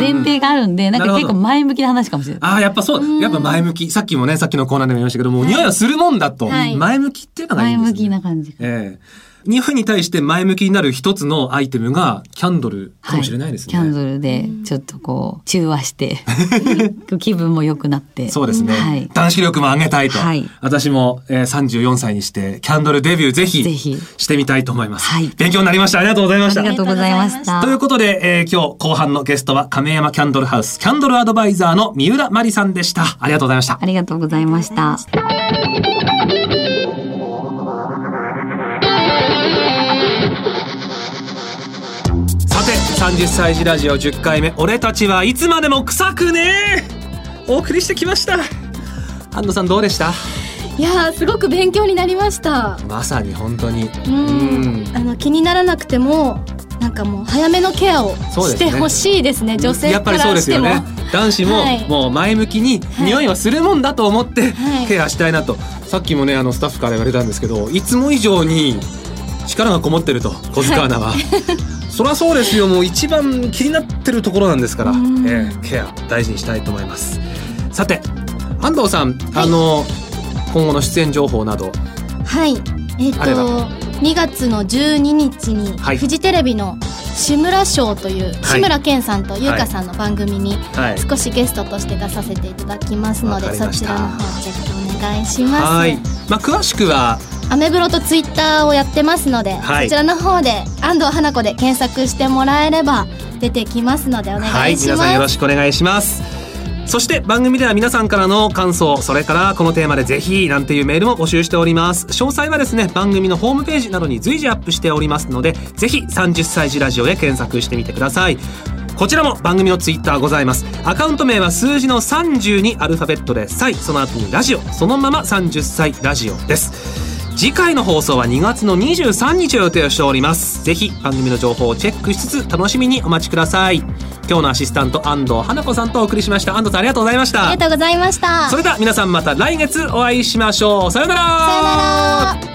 E: 前提があるんでなんか結構前向きな話かもしれない。
B: ああ、やっぱそう、やっぱ前向き。さっきもね、さっきのコーナーでも言いましたけども、匂いはするもんだと、
C: はい
B: 前向きっていうのがいい
E: 前
B: んです、ね。
E: 向きな感じが。
B: ええ匂いに対して前向きになる一つのアイテムが、キャンドルかもしれないですね。
E: はいキャンドルでちょっとこう中和して 気分も良くなって
B: そうですね、
E: はい、
B: 男子力も上げたいと。
E: はい
B: 私も、えー、34歳にして、キャンドルデビューぜひ、
E: ぜひ
B: してみたいと思います、
E: はい
B: 勉強になりました。ありがとうございまし
E: あ
B: た
E: り。がとうございました
B: ということで、えー、今日後半のゲストは亀山キャンドルハウスキャンドルアドバイザーの三浦真理さんでした。ありがとうございました
E: あ。りがとうございました
B: さて30歳児ラジオ10回目「俺たちはいつまでも臭くねえ」お送りしてきました安藤さんどうでした
C: いやーすごく勉強になりました。
B: まさに本当に
C: うん
B: う
C: あの気にならなくてもなんかもう早めのケアを
B: そうで
C: し
B: すね
C: てほしいですね女性
B: やっぱ
C: か
B: りそう
C: ら
B: で
C: し
B: す
C: て
B: よ
C: も。
B: ね男子も
C: はい
B: もう前向きに
C: い
B: 匂いはするもんだと思って
C: はい
B: ケアしたいなと、さっきもねあのスタッフから言われたんですけどいつも以上に力がこもってると小塚アナは、 そりゃそうですよもう一番気になってるところなんですから、え
C: ん
B: えケア大事にしたいと思いますさて安藤さん、あの今後の出演情報など
C: はい。えっ、
B: あれだ
C: と、2月の12日に、
B: はい
C: フジテレビの志村賞という、
B: はい
C: 志村けんさんと優香さんの番組に、
B: はい
C: 少しゲストとして出させていただきますの
B: わか
C: で、
B: り
C: そ
B: まし
C: ち
B: た
C: らの方チェックお願いします。
B: はいまあ詳しくは
C: アメブロとツイッターをやってますので、
B: はい
C: そちらの方で安藤花子で検索してもらえれば出てきますのでお願
B: はい
C: いし
B: 皆
C: ます。
B: さんよろしくお願いしますそして番組では皆さんからの感想それからこのテーマでぜひなんていうメールも募集しております詳細はですね番組のホームページなどに随時アップしておりますのでぜひ30歳児ラジオで検索してみてくださいこちらも番組のツイッターございますアカウント名は数字の32アルファベットで「歳」その後に「ラジオ」そのまま30歳ラジオです次回の放送は2月の23日を予定しておりますぜひ番組の情報をチェックしつつ楽しみにお待ちください今日のアシスタント安藤花子さんとお送りしました安藤さんありがとうございまし
C: あ
B: た
C: りがとうございました。
B: それでは皆さんまた来月お会いしましょうさようなら
C: さよなら。